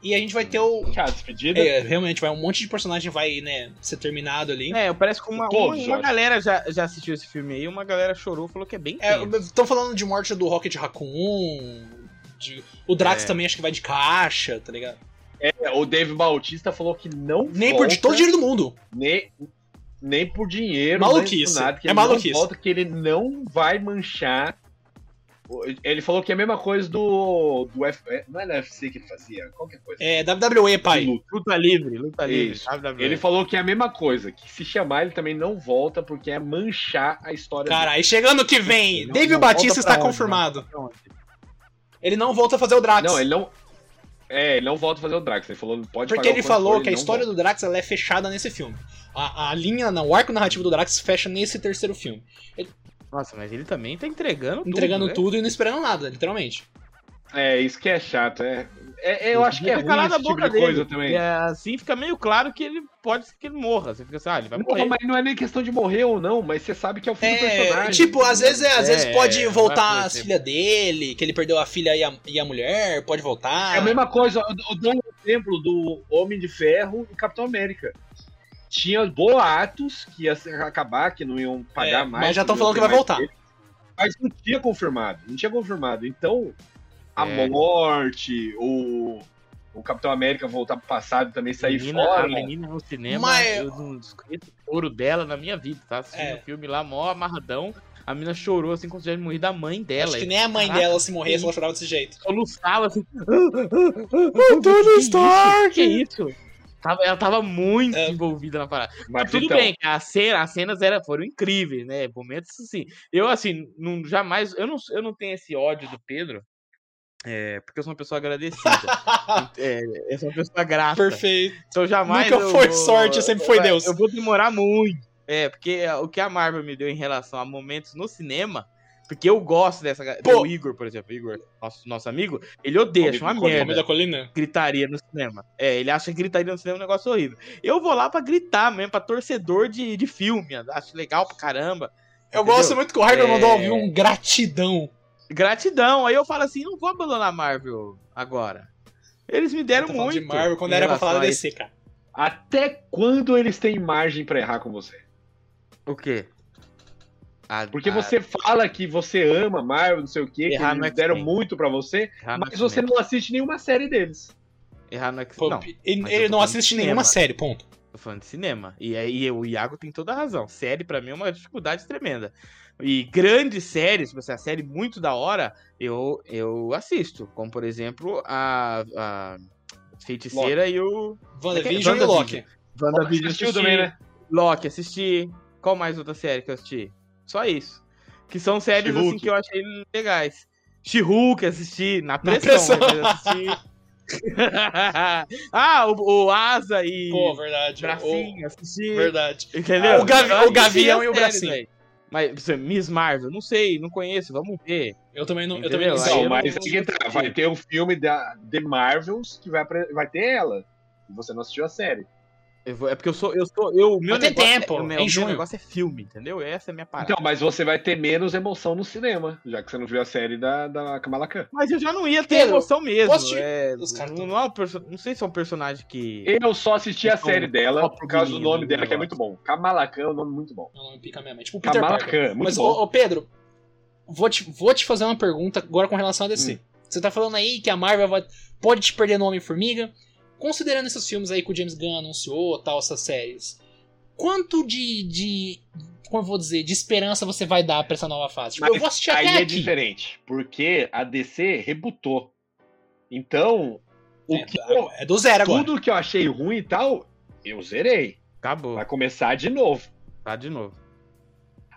E a gente vai ter o.
Tchau, despedida.
É, realmente, vai um monte de personagem vai, né, ser terminado ali.
É, parece que uma,
Todos,
uma,
eu
uma
acho.
galera já, já assistiu esse filme aí, uma galera chorou, falou que é bem
É,
tenso.
Estão falando de morte do Rocket Raccoon, de- O Drax
É.
também acho que vai de caixa, tá ligado?
É, o Dave Bautista falou que não
Nem
volta,
por de todo o dinheiro do mundo.
Nem, nem por dinheiro,
Maluquice.
nem por nada, que
É
ele não
maluquice.
volta, que ele não vai manchar. Ele falou que é a mesma coisa do. do F, é, não era UFC que ele fazia, qualquer coisa.
É WWE,
De
pai.
luta.
Luta livre, luta livre.
Isso.
WWE.
Ele falou que é a mesma coisa, que se chamar ele também não volta, porque é manchar a história
Cara, aí chegando que vem,
Não,
David
não,
Batista
volta
está
pra onde,
confirmado.
Então,
Ele não volta a fazer o Drax.
Não, ele não. É, ele não volta a fazer o Drax. Ele falou, pode
Porque
pagar
ele
o quanto for,
falou que a
não
história
volta.
do Drax ela é fechada nesse filme. A, a linha, não, o arco narrativo do Drax fecha nesse terceiro filme.
Nossa, mas ele também tá entregando tudo.
entregando
né?
tudo e não esperando nada, literalmente.
É, isso que é chato. É, É- é, eu
Ele
acho que é
devia ter
ruim
calado
esse
a
tipo
boca
de coisa
dele.
É.
também.
E assim fica meio claro que ele pode ser que ele morra. Você fica assim, ah, ele vai morrer.
Não, mas não é nem questão de morrer ou não, mas você sabe que é o fim do
É,
personagem.
tipo, às vezes, é, às
É,
vezes pode
vai
voltar as
acontecer.
filhas dele, que ele perdeu a filha e a, e a mulher, pode voltar.
É a mesma coisa, eu eu dou um exemplo do Homem de Ferro e Capitão América. Tinha boatos que ia se- acabar, que não iam pagar
É, mas
mais.
já tão
não
falando
iam ter
que vai
mais
voltar.
dele. Mas não tinha confirmado, não tinha confirmado. Então, a
É.
morte, o, o Capitão América voltar pro passado e também sair
menina,
fora. né?
A menina no cinema,
Mas-
eu não esqueço o ouro dela na minha vida, tá? Assistindo
É.
o filme lá, mó amarradão. A menina chorou assim quando tivesse morrido da mãe dela.
Acho que nem a mãe
Caraca,
dela se morresse, ela chorava desse jeito.
Soluçava assim. O Tony Stark! Que isso? Tava- Ela tava muito
É.
envolvida na parada.
Mas
Tudo
então,
bem, que a cena, as cenas eram, foram incríveis, né? Momentos assim. Eu, assim, não, jamais. Eu não, eu não tenho esse ódio do Pedro. É, porque eu sou uma pessoa agradecida. é, eu sou uma pessoa grata.
Perfeito.
Então jamais.
Nunca
eu
foi
vou-
sorte, sempre foi
eu-
Deus.
Eu vou demorar muito. É, porque ah, o que a Marvel me deu em relação a momentos no cinema. Porque eu gosto dessa. ga-
Pô.
do Igor, por exemplo. Igor, nosso, nosso amigo, ele odeia, acha uma
Amigo do
merda
Homem da colina.
gritaria no cinema. É, ele acha que gritaria no cinema é um negócio horrível. Eu vou lá pra gritar mesmo, pra torcedor de, de filme. Acho legal pra caramba.
Eu
Entendeu?
gosto muito que o Harder
É.
mandou ouvir um gratidão.
Gratidão. Aí eu falo assim, não vou abandonar a Marvel agora. Eles me deram
Tá falando
muito.
de Marvel quando
em
era pra
relação
falar
a
desse, cara.
até quando eles têm margem pra errar com você?
isso. O quê? Ah, A-
Porque
a-
você fala que você ama Marvel, não sei o quê, que
Errar no
eles
X-Men.
deram muito pra você,
errar no
mas você
X-Men.
não assiste nenhuma série deles.
Errar no X
Pô,
Não,
ele
mas
ele
eu tô
não
falando
assiste
de cinema.
nenhuma série, ponto.
tô falando de cinema. E aí o Iago tem toda a razão. Série, pra mim, é uma dificuldade tremenda. E grandes séries, se você a série muito da hora, eu, eu assisto. Como, por exemplo, a, a Feiticeira e o
WandaVision e
WandaVision.
Loki.
WandaVision.
Assistiu
assisti,
também, né?
Loki, assisti. Qual mais outra série que eu assisti? Só isso. Que são séries
She-Hulk.
assim que eu achei legais. She-Hulk, assisti na pressão.
pressão.
né, mas assisti. ah, o, o Asa e
Pô, verdade.
Bracinho, assisti.
Ô, verdade.
Entendeu?
O Gavi- o
Assisti
Gavião
a
e o
série,
Bracinho.
velho. Mas, por exemplo, Miss Marvel, não sei, não conheço, vamos ver.
Eu também não, eu
Entendeu?
também não
Aí
sei.
Não,
eu
mas
não-
aí que tá, vai ter um filme da The Marvels que vai, apre- vai ter ela. E você não assistiu a série.
Eu vou- é porque eu sou. Eu sou eu, o meu
Mas tem
negócio,
tempo,
é, o meu,
em
o meu
junho.
negócio é filme, entendeu? Essa é a minha parada.
Então, mas você vai ter menos emoção no cinema, já que você não viu a série da, da Kamala Khan.
Mas eu já não ia ter
Pedro,
emoção mesmo.
posso te-
é,
Os caras
não,
tão-
não é um perso- não sei se é um personagem que.
Eu só assisti a
Então,
série dela
só
por causa do
menino,
nome dela, que é
negócio.
muito bom. Kamala Khan é um nome muito bom.
Meu nome pica mesmo. É tipo o Peter
Kamala
Parker.
Khan, muito
Mas,
bom.
ô, ô, Pedro, vou te, vou te fazer uma pergunta agora com relação a DC.
Hum.
Você tá falando aí que a Marvel vai- pode te perder no Homem-Formiga. Considerando esses filmes aí que o James Gunn anunciou, tal, essas séries, quanto de, de como eu vou dizer, de esperança você vai dar pra essa nova fase? Tipo,
Mas
eu vou assistir
Aí
até
é
aqui.
diferente, porque a DC rebutou. Então, o
É,
que
tá.
eu-
É do zero agora.
tudo que eu achei ruim e tal, eu zerei.
Acabou.
Vai começar de novo.
Tá de novo.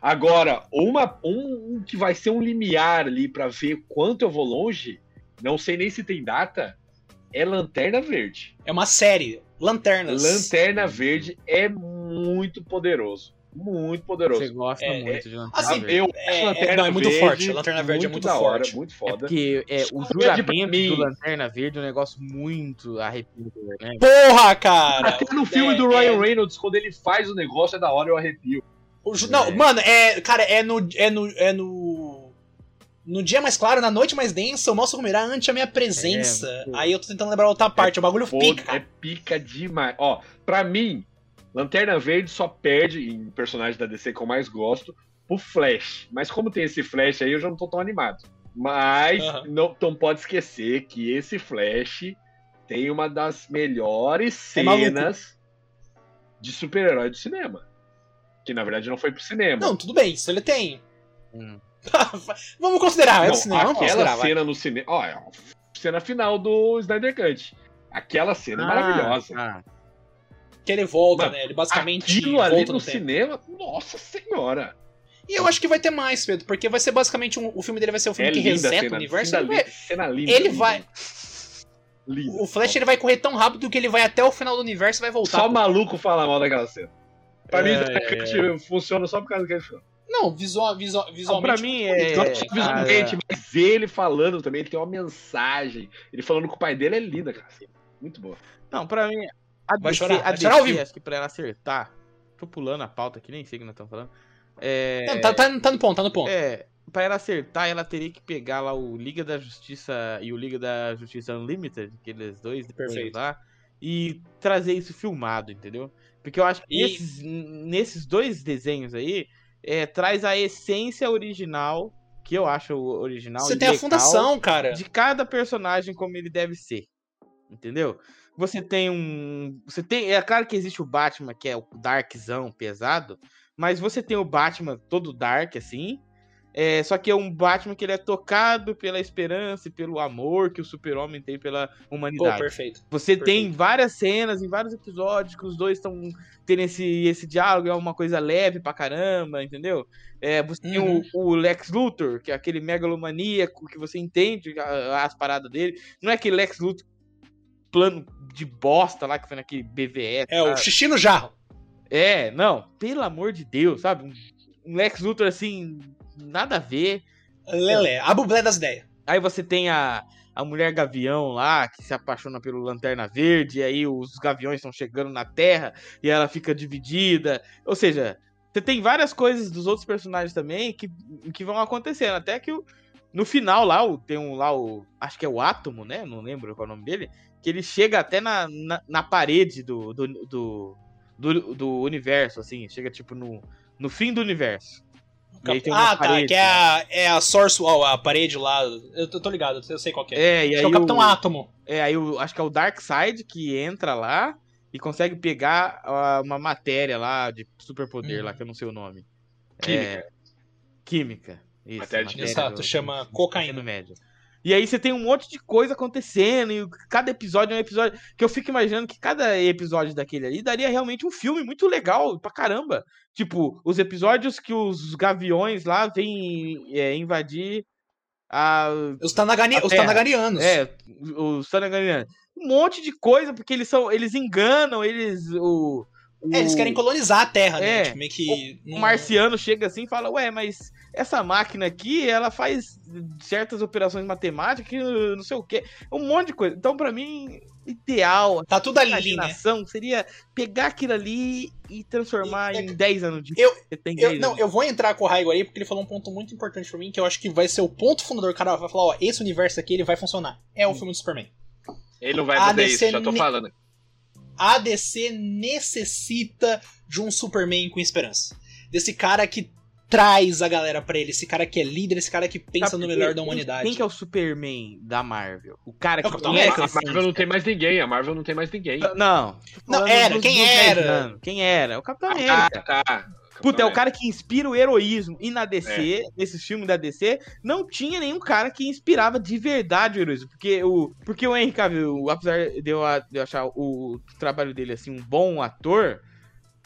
Agora, uma, um, um que vai ser um limiar ali pra ver quanto eu vou longe, não sei nem se tem data, é Lanterna Verde.
É uma série. Lanternas.
Lanterna Verde é muito poderoso. Muito poderoso.
Você gosta
É,
muito de Lanterna
assim,
Verde.
eu
é, não, é muito forte, Lanterna Verde é muito
da hora,
forte.
muito
É
foda.
porque é, o
Lanterna Verde
tipo
pra
juramento
mim-
do Lanterna Verde é um negócio muito arrepiador, né?
Porra, cara!
Até no filme
é-
do Ryan
é-
Reynolds, quando ele faz o negócio, é da hora, eu arrepio.
O ju- Não,
É.
mano, é. Cara, é no. É no. É no. No dia mais claro, na noite mais densa, o nosso como irá ante a minha presença.
É, pô. É
Aí eu tô tentando lembrar outra parte. o bagulho
Foda-
pica,
é
cara.
pica demais. Ó, pra mim, Lanterna Verde só perde, em personagem da DC que eu mais gosto, pro Flash. Mas como tem esse Flash aí, eu já não tô tão animado. Mas
Aham.
não, não pode esquecer que esse Flash tem uma das melhores
É maluco.
cenas de super-herói do cinema. Que na verdade não foi pro cinema.
Não, tudo bem, isso ele tem.
Hum.
vamos considerar, é
Não,
do cinema, vamos
aquela
considerar. vai.
cena no cinema. Ó, é a cena final do Snyder Cut. Aquela cena é maravilhosa.
Ah,
Que ele volta,
Mano,
né? Ele basicamente
Aquilo
volta
ali
no
no
tempo.
cinema, nossa senhora.
E eu acho que vai ter mais, Pedro, porque vai ser basicamente um- o filme dele vai ser um filme
é
que
linda a
reseta
cena,
o universo.
Cena,
Ele
linda,
vai-
cena linda.
ele
linda,
vai.
linda.
O Flash é ele vai correr tão rápido que ele vai até o final do universo e vai voltar.
Só maluco fala mal daquela cena. Pra mim,
É,
Snyder Cut funciona só por causa daquele filme.
Não, visual, visual,
não,
visualmente.
Ah, pra mim é.
Não só visualmente,
cara,
mas ele falando também, ele tem uma mensagem. Ele falando com o pai dele é linda, cara. assim, Muito boa.
não, pra mim. A
Vai
DC,
chorar,
a
vai chorar ao
DC,
vivo.
acho que pra ela acertar. Tô pulando a pauta aqui, nem sei o que nós estamos falando. É,
Não, tá, tá- tá no ponto, tá no ponto.
é, pra ela acertar, ela teria que pegar lá o Liga da Justiça e o Liga da Justiça Unlimited, aqueles dois desenhos
Perfeito.
lá, e trazer isso filmado, entendeu? Porque eu acho que
E-
nesses, nesses dois desenhos aí, é, traz a essência original, que eu acho original.
Você
e
tem a
legal
fundação, cara.
de cada personagem como ele deve ser. Entendeu? Você tem um. Você tem. É claro que existe o Batman, que é o Darkzão pesado. Mas você tem o Batman todo Dark, assim. É, só que é um Batman que ele é tocado pela esperança e pelo amor que o super-homem tem pela
Pô,
humanidade.
perfeito.
Você tem
Perfeito.
várias cenas, em vários episódios, que os dois estão tendo esse, esse diálogo, é uma coisa leve pra caramba, entendeu? É, você tem
Uhum.
o, o Lex Luthor, que é aquele megalomaníaco que você entende a- as paradas dele. Não é aquele Lex Luthor plano de bosta lá que foi naquele BVS.
É o
sabe?
xixi no jarro.
É, não, pelo amor de Deus, sabe? Um- Um Lex Luthor assim, nada a ver.
Lelé, a bublé das ideias.
Aí você tem a, a mulher gavião lá, que se apaixona pelo Lanterna Verde, e aí os gaviões estão chegando na Terra e ela fica dividida. Ou seja, você tem várias coisas dos outros personagens também que, que vão acontecendo. Até que o- no final lá, o, tem um lá, o, acho que é o Átomo, né? Não lembro qual é o nome dele. Que ele chega até na, na, na parede do, do, do, do, do universo, assim. Chega tipo no, no fim do universo. E aí tem uma
Ah, tá,
parede, né?
que é a, é a Source Wall, a parede lá. Eu tô, tô ligado, eu sei qual que é.
É, e
Acho
aí
que é o Capitão
o-
Átomo.
É, aí o, acho que é o Darkseid que entra lá e consegue pegar ah, uma matéria lá de superpoder
Uhum.
lá, que eu não sei o nome.
É.
É,
Química.
Química. Isso,
Matéria de
matéria
Exato, chama cocaína.
ensino médio. E aí você tem um monte de coisa acontecendo e cada episódio é um episódio que eu fico imaginando que cada episódio daquele ali daria realmente um filme muito legal pra caramba. Tipo, os episódios que os gaviões lá vêm é, invadir a
Os, Tanagani,
A
os
Terra.
Tanaganianos.
é, o Sanaganian. Um monte de coisa, porque eles são. Eles enganam, eles. O, o,
É, eles querem colonizar a Terra, né?
É.
Tipo, meio que.
o marciano chega assim e fala, ué, mas essa máquina aqui, ela faz certas operações matemáticas, que não sei o quê. Um monte de coisa. Então, pra mim, ideal.
Tá tudo ali, né?
imaginação seria pegar aquilo ali e transformar
E-
em 10 anos de
Eu-
Você tem
Eu,
10
não,
anos.
eu vou entrar com o Raigo aí, porque ele falou um ponto muito importante pra mim, que eu acho que vai ser o ponto fundador. O cara vai falar, ó, esse universo aqui, ele vai funcionar. É o filme do Superman.
Ele não vai
A
fazer
DC
isso, já tô
ne-
falando.
A DC necessita de um Superman com esperança. Desse cara que traz a galera pra ele, esse cara que é líder, esse cara que pensa
Sabe
no
por
melhor
quê?
da
Quem-
humanidade.
Quem que é o Superman da Marvel? O cara
É o
que
Capitão
tinha
América.
essa
a Marvel não
essência.
tem mais ninguém, a Marvel não tem mais ninguém.
Não.
Não,
Falando
era, quem
dez
era?
anos. Quem era? É O Capitão América.
Ah, tá.
Puta, é o cara que inspira o heroísmo. E na DC,
É.
nesses filmes da DC, não tinha nenhum cara que inspirava de verdade o heroísmo. Porque o, porque o Henry Cavill, apesar de eu, a- de eu achar o trabalho dele assim um bom ator,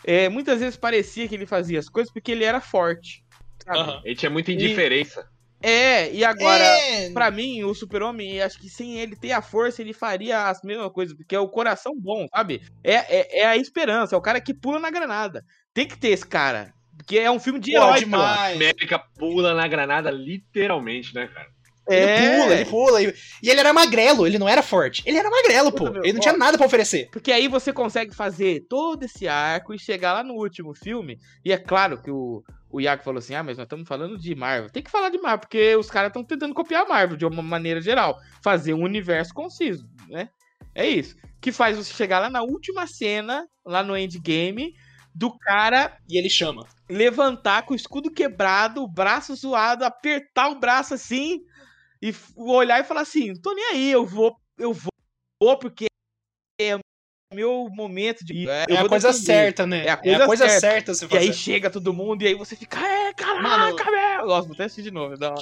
é, muitas vezes parecia que ele fazia as coisas porque ele era forte. sabe?
Aham.
Ele tinha muita indiferença.
É, e agora,
É,
pra mim, o super-homem, acho que sem ele ter a força, ele faria as mesmas coisas, porque é o coração bom, sabe? É, é, é a esperança, é o cara que pula na granada. Tem que ter esse cara. Porque é um filme de
pô,
herói, pô.
demais.
América pula na granada, literalmente, né, cara?
Ele
É,
pula, ele pula. E e ele era magrelo, ele não era forte. Ele era magrelo, pô.
Puta, meu,
Ele não
ó.
tinha nada pra oferecer.
Porque aí você consegue fazer todo esse arco e chegar lá no último filme. E é claro que o, o Iago falou assim: ah, mas nós estamos falando de Marvel. Tem que falar de Marvel, porque os caras estão tentando copiar a Marvel de uma maneira geral. Fazer um universo conciso, né? É isso. Que faz você chegar lá na última cena, lá no endgame, do cara
E ele chama.
levantar com o escudo quebrado, o braço zoado, apertar o braço assim e f- olhar e falar assim, tô nem aí, eu vou, eu vou, vou porque é meu momento de.
É,
eu
a
vou
coisa
defender.
certa, né?
É a coisa certa.
certa você
E aí
fazer.
chega todo mundo e aí você fica, é,
Mano,
caraca, meu! Nossa, vou até assistir de novo, é da hora.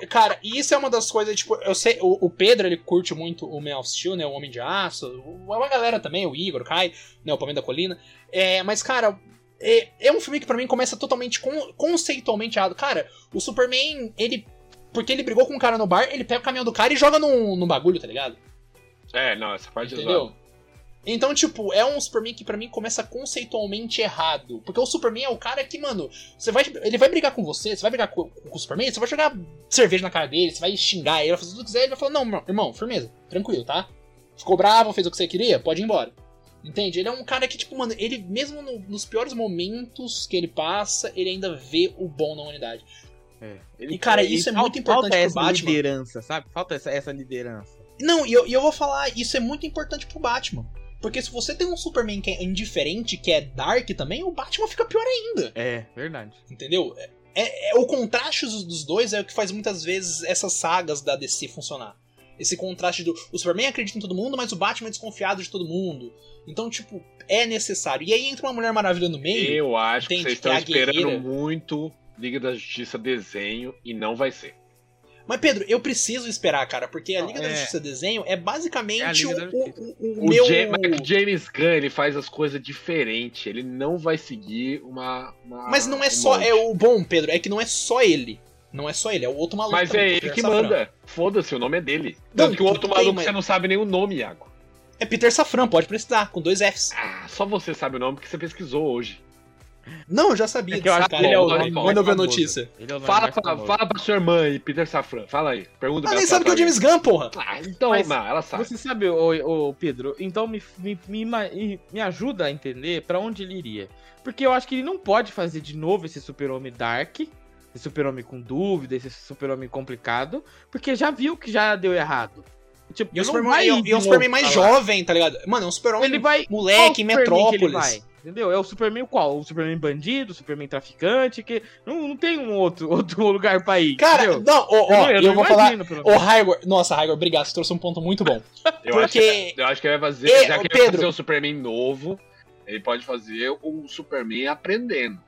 E, e, cara, e isso é uma das coisas, tipo, eu sei, o, o Pedro, ele curte muito o Man of Steel, né, o Homem de Aço, o- a galera também, o Igor, o Kai, né, o Palmeiras da Colina, é, mas, cara, é, é um filme que pra mim começa totalmente con- conceitualmente errado. Cara, o Superman, ele, porque ele brigou com um cara no bar, ele pega o caminhão do cara e joga num, num bagulho, tá ligado?
É, não, essa parte é
Entendeu?
zoada.
Então, tipo, é um Superman que pra mim começa conceitualmente errado. Porque o Superman é o cara que, mano, você vai, ele vai brigar com você, você vai brigar co- com, o Superman, você vai jogar cerveja na cara dele, você vai xingar ele, vai fazer tudo que quiser, ele vai falar, não, irmão, irmão, firmeza, tranquilo, tá? Ficou bravo, fez o que você queria, pode ir embora. Entende? Ele é um cara que, tipo, mano, ele mesmo no- nos piores momentos que ele passa, ele ainda vê o bom na humanidade. E, cara, isso é
falta-
muito importante
falta
pro
essa
Batman.
liderança, sabe? Falta essa, essa liderança.
Não, e eu, e eu vou falar, isso é muito importante pro Batman. Porque se você tem um Superman que é indiferente, que é dark também, o Batman fica pior ainda,
É, verdade.
entendeu? É, é- é o contraste dos, dos dois é o que faz muitas vezes essas sagas da DC funcionar. Esse contraste do o Superman acredita em todo mundo, mas o Batman é desconfiado de todo mundo. Então, tipo, é necessário. E aí entra uma Mulher Maravilha no meio.
Eu acho que
Entende?
vocês
Que é
estão
a guerreira.
esperando muito Liga da Justiça desenho e não vai ser.
Mas, Pedro, eu preciso esperar, cara, porque a Liga da
é.
Justiça Desenho é
É a
basicamente
Liga
o,
da
o, o- o
O
meu.
Ja-
é
mas o James Gunn ele faz as coisas diferente. Ele não vai seguir uma. uma-
Mas não
um
é só.
monte.
É o bom, Pedro, é que não é só ele. Não é só ele, é o outro maluco.
Mas
também,
é
Peter
ele que
Safran.
manda. Foda-se, o nome é dele.
Não,
Tanto que o outro
tudo bem,
maluco
mas-
você não sabe nem o nome, Iago.
É Peter Safran, pode precisar, com dois Fs.
Ah, só você sabe o nome porque você pesquisou hoje.
Não, eu já sabia.
É que eu
desse
acho
cara.
que ele é o nome
Quando eu vi a
famoso.
notícia.
Ele é o nome
Fala
mais
pra,
famoso.
fala pra sua irmã aí, Peter Safran. Fala aí. Pergunta
Ela
pra
nem
ela
sabe que é o
pra
James Gunn, porra.
mim. Ah, então,
Mas-
não, ela sabe.
Você sabe, ô, ô, Pedro, então me, me, me, ima- e- me ajuda a entender pra onde ele iria. Porque eu acho que ele não pode fazer de novo esse super-homem dark, esse super-homem com dúvida, esse super-homem complicado, porque já viu que já deu errado. Tipo,
E é um
não
Superman,
Ah, vai
e é um-
de
e é um
novo
Superman mais
pra lá.
jovem, tá ligado? Mano, é um super-homem
Ele vai... qual
moleque,
Superman que ele
metrópolis.
vai, Entendeu? É o Superman qual? O Superman bandido, o Superman traficante, que não, não tem um outro, outro lugar pra ir.
Cara,
entendeu?
não, ó, ó, eu,
não
vou falar.
pelo
Ô, Raigor, nossa, Raigor, obrigado, você trouxe um ponto muito bom.
Eu, acho
Porque.
que, eu acho que ele vai fazer.
É,
já
ô,
que ele vai
Pedro.
fazer um Superman novo, ele pode fazer um Superman aprendendo.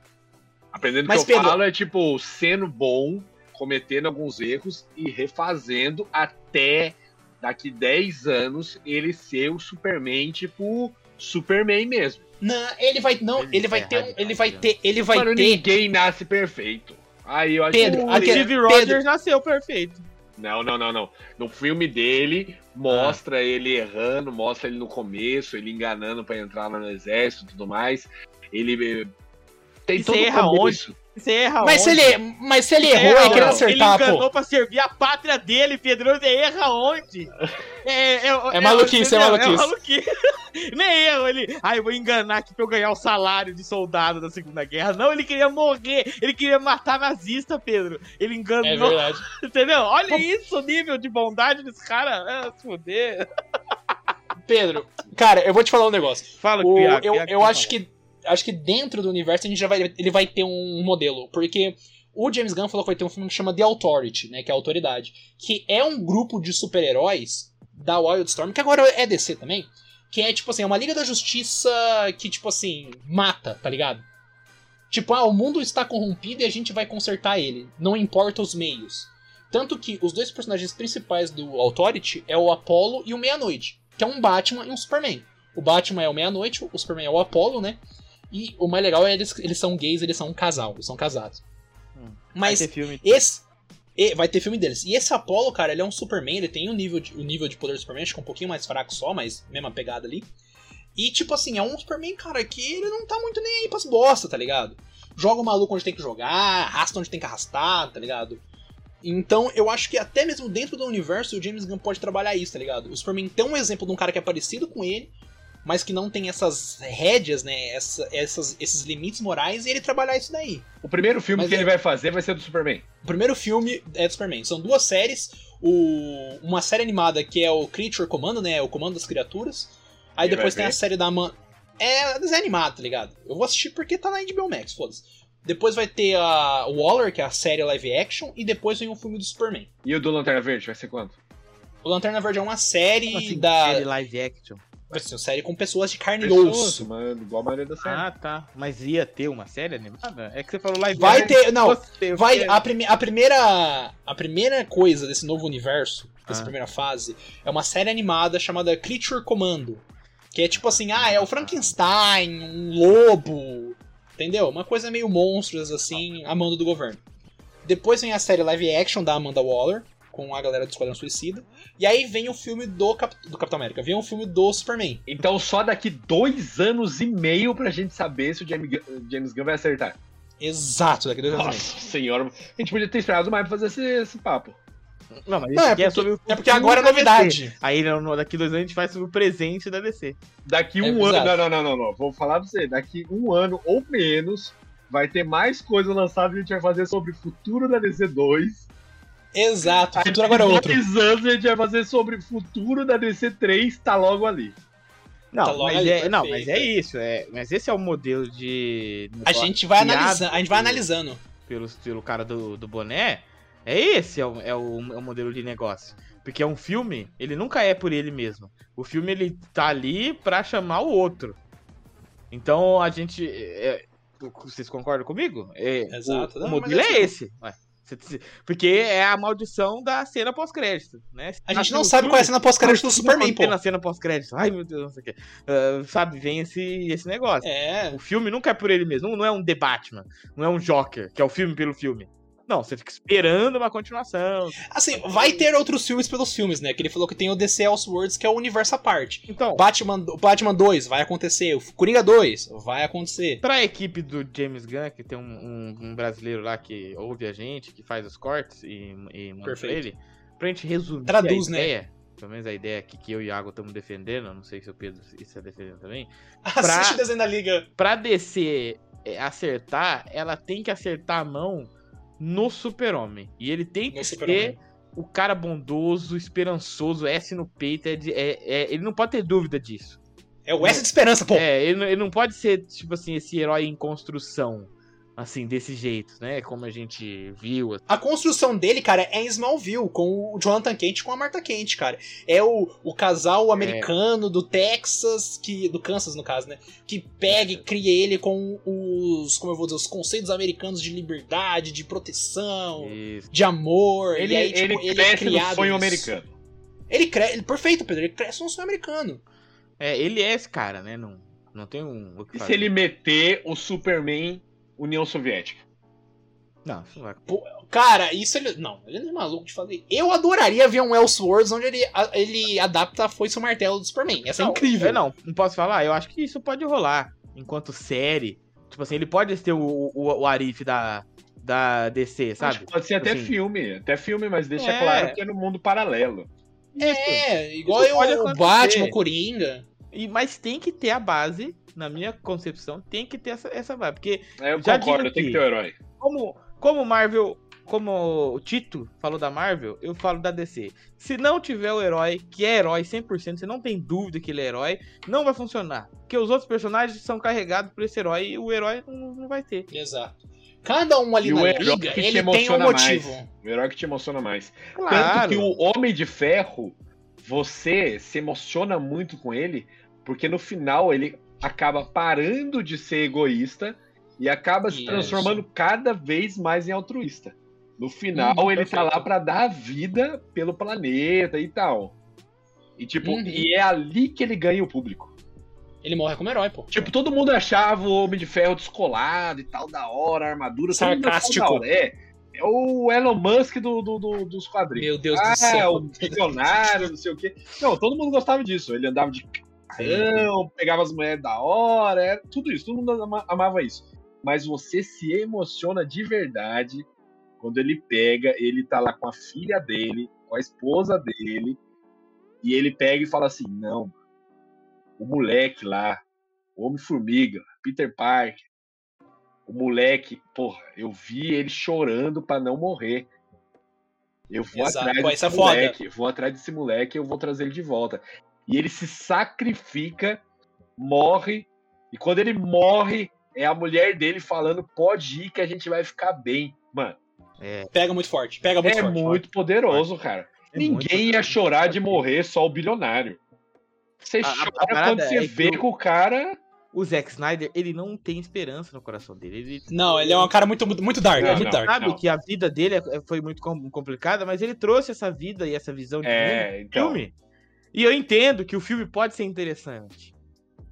Aprendendo
Mas,
que eu
Pedro-
falo é tipo sendo bom, cometendo alguns erros e refazendo até daqui 10 anos ele ser o Superman, tipo, Superman mesmo.
Não, ele vai. Não,
Ele
ele vai
é
ter. um-
radical,
Ele vai
né?
ter. Ele vai
Mano,
ter.
ninguém nasce perfeito. Aí eu acho
Pedro,
que...
O
aquele-
Steve
Pedro.
Rogers nasceu perfeito.
Não, não, não, não. No filme dele, mostra ele errando, mostra ele no começo, ele enganando pra entrar lá no exército e tudo mais. Ele eh, tem
E
todo
você erra
o começo.
Você erra
Mas se
onde?
ele, é, mas se ele
Você
errou,
erra
ele queria
onde?
acertar,
É, Ele
pô.
enganou pra servir a pátria dele, Pedro. Você erra onde? É,
maluquice, é
entendeu?
maluquice.
maluquice. Nem erro ele. Ah, eu vou enganar aqui pra eu ganhar o salário de soldado da Segunda Guerra. Não, ele queria morrer. Ele queria matar nazista, Pedro. Ele enganou.
É verdade.
entendeu? Olha isso, o nível de bondade desse cara. Ah, se fuder.
Pedro, cara, eu vou te falar um negócio.
Fala,
O-
Piago,
eu,
Piago,
eu
fala.
acho que acho que dentro do universo a gente já vai ele vai ter um modelo porque o James Gunn falou que vai ter um filme que chama The Authority né que é a autoridade que é um grupo de super heróis da Wildstorm que agora é DC também que é tipo assim é uma Liga da Justiça que tipo assim mata tá ligado tipo ah o mundo está corrompido e a gente vai consertar ele não importa os meios tanto que os dois personagens principais do Authority é o Apollo e o Meia Noite que é um Batman e um Superman o Batman é o Meia-Noite, o Superman é o Apollo, né? E o mais legal é eles, eles são gays, eles são um casal, eles são casados.
Hum, Vai
Mas
ter filme.
esse. e- vai ter filme deles. E esse Apollo, cara, ele é um Superman, ele tem o nível de, o nível de poder do Superman, acho que um pouquinho mais fraco só, mas mesma pegada ali. E, tipo assim, é um Superman, cara, que ele não tá muito nem aí pras bosta, tá ligado? Joga o maluco onde tem que jogar, arrasta onde tem que arrastar, tá ligado? Então, eu acho que até mesmo dentro do universo, o James Gunn pode trabalhar isso, tá ligado? O Superman tem um exemplo de um cara que é parecido com ele, mas que não tem essas rédeas, né? Essa- essas, esses limites morais, e ele trabalhar isso daí.
O primeiro filme
Mas
que
é-
ele vai fazer vai ser do Superman.
O primeiro filme é do Superman. São duas séries. O, uma série animada que é o Creature Commando, né? O Comando das Criaturas. Aí
Ninguém
depois
vai
tem a
ver.
é série da Man. É desenho animado, tá ligado? Eu vou assistir porque tá na HBO Max, foda-se. Depois vai ter a Waller, que é a série live action, e depois vem o filme do Superman.
E o do Lanterna Verde vai ser quanto?
O Lanterna Verde é uma série
Assim,
da.
série live action.
assim, uma série com pessoas de carne e
Pessoas,
osso.
mano, igual a maioria da série.
Ah, tá. Mas ia ter uma série animada? É que você falou live
Vai
action.
ter. Não,
Você-
Vai, a, prime- a primeira a primeira coisa desse novo universo, dessa
Ah.
primeira fase, é uma série animada chamada Creature Commando. Que é tipo assim, ah, é o Frankenstein, um lobo, entendeu? Uma coisa meio monstros, assim, a mando do governo. Depois vem a série live action da Amanda Waller, com a galera do Esquadrão Suicida. E aí vem o filme do, Cap- do Capitão América, vem o filme do Superman.
Então só daqui dois anos e meio pra gente saber se o James Gunn, James Gunn vai acertar.
Exato, daqui dois anos e meio.
Nossa senhora, a gente podia ter esperado mais pra fazer esse, esse papo.
Não, mas
Não,
esse
é
aqui é
porque-
sobre o
É porque agora é
futuro da DC.
novidade.
Aí não, não, daqui dois anos a gente faz sobre o presente da DC.
Daqui
É,
um ano.
exato.
Não, não, não, não, não. Vou falar pra você. Daqui um ano ou menos vai ter mais coisa lançada e a gente vai fazer sobre o futuro da DC2.
Exato, o futuro agora é outro.
Dois anos a gente vai fazer sobre o futuro da DC3, tá logo ali.
Não,
Tá logo
mas
ali,
é, não, mas
perfeito.
é isso. É, mas esse é o modelo de.
A gente vai
criado
analisando, a gente vai analisando.
Pelo, pelo cara do, do boné. É esse é o, é, o, é o modelo de negócio. Porque é um filme, ele nunca é por ele mesmo. O filme ele tá ali pra chamar o outro. Então a gente. é, vocês concordam comigo? É, o-
Exato.
O,
Não, mas
modelo
é
é, esse. Ué, cê- cê- Porque é a maldição da cena pós-crédito, né?
A gente
Nasceu
não
o
sabe
filme,
qual é a cena pós-crédito do Superman, pô.
na cena pós-crédito. Ai, meu Deus, não sei o quê. Ah, sabe, vem esse, esse negócio.
É,
O filme nunca é por ele mesmo. Não é um The Batman. Não é um Joker, que é o filme pelo filme. Não, você fica esperando uma continuação.
assim, vai ter outros filmes pelos filmes, né? Que ele falou que tem o DC Elseworlds, que é o universo à parte.
Então,
Batman, o Batman 2 vai acontecer, o Coringa 2 vai acontecer.
pra equipe do James Gunn, que tem um, um- um brasileiro lá que ouve a gente, que faz os cortes e, e manda pra
Perfeito.
ele, pra gente resumir
Traduz,
a
né?
ideia, pelo menos a ideia que, que eu e o Iago estamos defendendo, não sei se o Pedro está defendendo também,
Assiste o desenho da Liga.
pra DC é, acertar, ela tem que acertar a mão no super-homem. E ele tem que
No
ser
Super-Homem.
o cara bondoso, esperançoso, S no peito. É, de- é- é- ele não pode ter dúvida disso.
É o S de Esperança, pô.
É, ele, não- ele não pode ser, tipo assim, esse herói em construção. Assim, desse jeito, né? Como a gente viu. assim,
A construção dele, cara, é em Smallville, com o Jonathan Kent e com a Martha Kent, cara. É o, o casal americano do Texas, que do Kansas, no caso, né? Que pega e cria ele com os, como eu vou dizer, os conceitos americanos de liberdade, de proteção,
Isso.
de amor.
Uhum. Ele,
e aí, tipo,
ele
ele é
cresce no
criado
sonho
nisso.
americano.
Ele cresce, perfeito, Pedro, ele cresce no sonho americano.
É, ele é esse cara, né? Não, não tem um. o que
E se
fazer.
ele meter o Superman União Soviética?
Não, isso não vai.
Cara, isso ele. Não, ele não é maluco de fazer. Eu adoraria ver um Elseworlds onde ele, a- ele adapta a foice e o martelo do Superman.
é
Ia ser
Não,
incrível.
eu não, não posso falar. Eu acho que isso pode rolar enquanto série. Tipo assim, ele pode ser o, o, o Arif da, da DC,
Acho
sabe?
que é. Pode ser até
Assim.
filme, até filme, mas deixa
É.
claro que é no mundo paralelo.
Isso.
É, igual
Isso pode
eu, o
acontecer.
Batman, o Coringa.
assim, E, mas tem que ter a base, na minha concepção, tem que ter essa, essa vibe. Porque
É, Eu
Já
concordo,
digo
tem que
que-
ter o herói.
como, como Marvel, como o Tito falou da Marvel, eu falo da DC. Se não tiver o herói, que é herói 100%, você não tem dúvida que ele é herói, não vai funcionar. Porque os outros personagens são carregados por esse herói e o herói não, não vai ter.
Exato. Cada um ali
E o
na
herói
liga,
que te
ele tem um
emociona
motivo.
mais. O herói que te emociona mais. Tanto
Claro.
que o Homem de Ferro, você se emociona muito com ele, porque no final ele acaba parando de ser egoísta e acaba se
Isso.
transformando cada vez mais em altruísta. No final,
Uhum,
ele tá
perfeito.
lá pra dar a vida pelo planeta e tal. E tipo,
Uhum.
e é ali que ele ganha o público.
Ele morre como herói, pô.
Tipo, todo mundo achava o Homem de Ferro descolado e tal, da hora, armadura, todo mundo achava
Sarcástico.
da hora. É, é o Elon Musk do, do- do- dos quadrinhos
Meu Deus
ah,
do céu.
o milionário, não sei o quê. Não, todo mundo gostava disso. Ele andava de carrão, pegava as mulheres da hora, era tudo isso. Todo mundo ama- amava isso. Mas você se emociona de verdade quando ele pega, ele tá lá com a filha dele, com a esposa dele, e ele pega e fala assim: não, o moleque lá, o Homem-Formiga, Peter Parker, o moleque, porra, eu vi ele chorando pra não morrer. Eu vou
Exato,
atrás
pô,
desse
isso é foda.
moleque, eu vou atrás desse moleque, eu vou trazer ele de volta. E ele se sacrifica, morre, e quando ele morre, é a mulher dele falando: pode ir que a gente vai ficar bem. Mano,
Pega muito forte, pega muito
é
forte.
muito poderoso, cara.
É muito
Ninguém ia
poderoso.
chorar de morrer, só o bilionário. Você
A- a- a
chora quando
parada
você
é que
vê
o-
que o cara.
O Zack Snyder, ele não tem esperança no coração dele. Ele
Não, ele é um cara muito, muito dark,
Não,
é muito
não.
dark.
sabe
não.
que a vida dele é- foi muito com- complicada, mas ele trouxe essa vida e essa visão de mundo
É,
pro
então.
filme. E eu entendo que o filme pode ser interessante,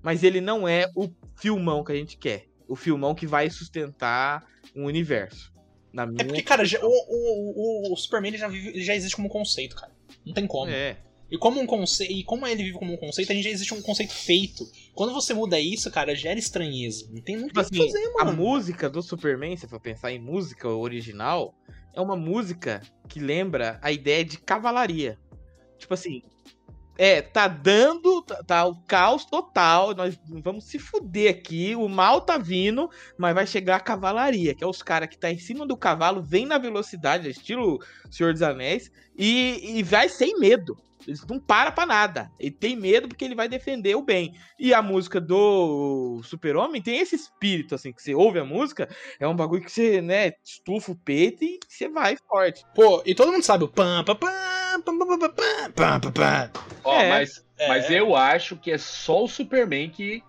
mas ele não é o filmão que a gente quer. O filmão que vai sustentar um universo. Na minha
É porque, cara, já- o, o, o, o Superman ele já, vive- ele já existe como um conceito, cara. Não tem como.
É.
E como um conceito, e como ele vive como um conceito, a gente já existe um conceito feito. Quando você muda isso, cara, gera estranheza. Não tem muito o
Tipo
que
assim,
fazer,
a
mano.
música do Superman, se for pensar em música original, é uma música que lembra a ideia de cavalaria. Tipo assim, é, tá dando, tá, tá o caos total, nós vamos se fuder aqui, o mal tá vindo, mas vai chegar a cavalaria, que é os caras que tá em cima do cavalo, vem na velocidade, é estilo Senhor dos Anéis, e, e vai sem medo. Eles não param pra nada. Ele tem medo porque ele vai defender o bem. E a música do Super-Homem tem esse espírito, assim, que você ouve a música, é um bagulho que você, né, estufa o peito e você vai forte.
Pô, e todo mundo sabe o pam, pam, pam, pam, pam, pam, pam, pam, pam, pam.
Ó,
É.
mas,
É.
mas eu acho que é só o Superman que,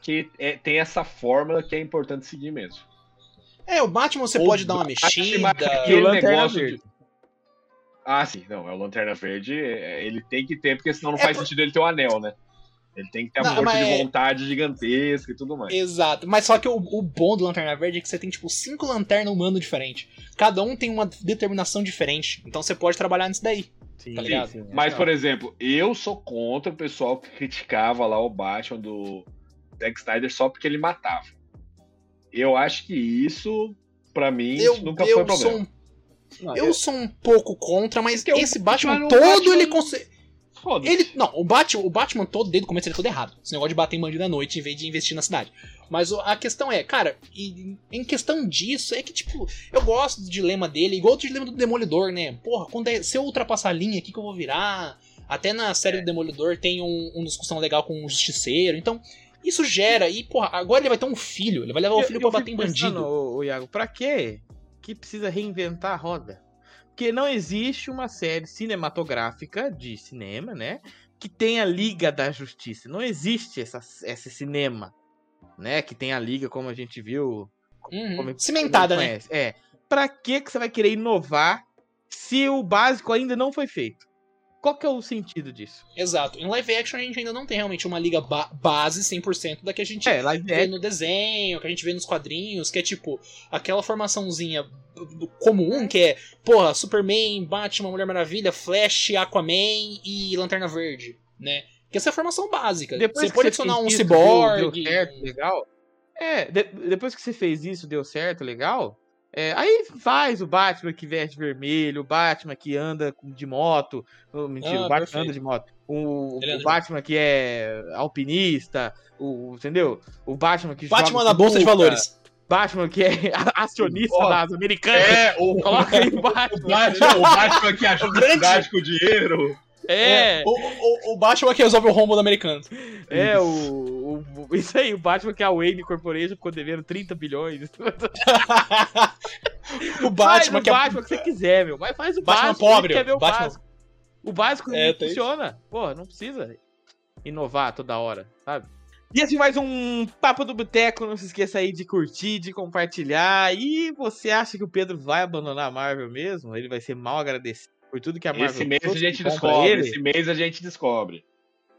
que é- tem essa fórmula que é importante seguir mesmo.
É, o Batman você
O
pode dar uma
Batman é
mexida. É,
aquele
E o Lanterna
negócio
Verde. tá
de- Ah, sim, não, é o Lanterna Verde, é, ele tem que ter, porque senão não
É
faz
por-
sentido ele ter o anel, né? Ele tem que ter a
Não,
força
mas é-
de vontade gigantesca e tudo mais.
Exato. Mas só que o, o bom do Lanterna Verde é que você tem, tipo, cinco lanternas humanos diferentes. Cada um tem uma determinação diferente. Então você pode trabalhar nisso daí.
Sim,
Tá ligado?
Mas, por exemplo, eu sou contra o pessoal que criticava lá o Batman do Zack Snyder só porque ele matava. Eu acho que isso, pra mim,
Eu,
isso nunca
eu
foi um problema.
sou um,
Não,
eu sou um pouco contra, mas
Porque o
esse Batman,
Batman- o
todo
Batman-
ele consegue.
Foda-se.
um- Ele, não, o Batman, o Batman todo, desde o começo, ele é todo errado. Esse negócio de bater em bandido à noite em vez de investir na cidade. Mas o- a questão é, cara, e- em questão disso, é que, tipo, eu gosto do dilema dele, igual o dilema do Demolidor, né? Porra, quando é- se eu ultrapassar a linha, o que, que eu vou virar? Até na
É.
série do Demolidor tem um, uma discussão legal com um justiceiro. Então, isso gera. E, porra, agora ele vai ter um filho. Ele vai levar o filho pra
fico
bater em bandido.
pensando, ô, ô, Iago, pra quê que precisa reinventar a roda? Porque não existe uma série cinematográfica de cinema, né? Que tenha Liga da Justiça. Não existe essa, esse cinema, né? Que tenha Liga, como a gente viu
Uhum.
como-
Cimentada,
como
né?
conhece. É. Pra que que você vai querer inovar se o básico ainda não foi feito? Qual que é o sentido disso?
Exato. Em live action, a gente ainda não tem realmente uma liga ba- base 100% da que a gente
É, live
vê
action.
no desenho, que a gente vê nos quadrinhos, que é tipo aquela formaçãozinha b- b- comum, que é, porra, Superman, Batman, Mulher Maravilha, Flash, Aquaman e Lanterna Verde, né? Que essa é a formação básica.
Depois
você pode
que
adicionar um
fez isso, deu-
ciborgue.
Deu certo, legal. É, de- depois que você fez isso, deu certo, legal. É, aí faz o Batman que veste vermelho, o Batman que anda com- de moto. Oh, mentira,
Ah,
o Batman
perfeito.
anda de moto. O,
Ele anda
o
de
Batman que é alpinista, o, entendeu? O Batman que joga
Batman na Bolsa de
sinuca,
Valores.
Batman que é acionista
Ó,
das americanas.
É, o, o
Coloca aí embaixo.
Batman, o Batman que ajuda
grande-
o cidade com o dinheiro.
É,
O, o, o Batman que resolve o rombo do americano.
é o, o- Isso aí, o Batman que é a Wayne Corporation ficou devendo 30 bilhões. Faz
o Batman
o
que é
Batman que você quiser, meu. Mas faz o
Batman
básico. ele
pobre,
quer ver o
Batman-
básico. O básico
É,
não
tem isso.
funciona. Pô, não precisa inovar toda hora, sabe? E assim, mais um Papo do Boteco. Não se esqueça aí de curtir, de compartilhar. E você acha que o Pedro vai abandonar a Marvel mesmo? Ele vai ser mal agradecido por tudo que a Marvel
Esse mês a
trouxe,
gente
que É compra
descobre,
ele?
esse mês a gente descobre.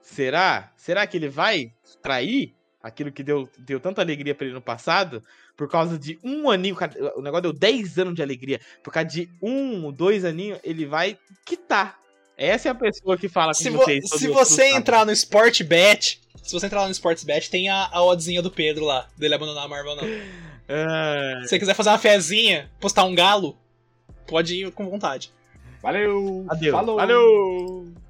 Será? Será que ele vai trair aquilo que deu, deu tanta alegria pra ele no passado? Por causa de um aninho. cara, O negócio deu 10 anos de alegria. Por causa de um, dois aninhos, ele vai quitar. Essa é a pessoa que fala com
Se, vo-
vocês. todo-
se
todo
você
sábado.
entrar no Sportbet, se você entrar lá no Sportbet, tem a, a oddzinha do Pedro lá, dele abandonar a Marvel não.
Ah,
Se você quiser fazer uma fezinha, postar um galo, pode ir com vontade.
Valeu!
adeus.
falou.
Valeu!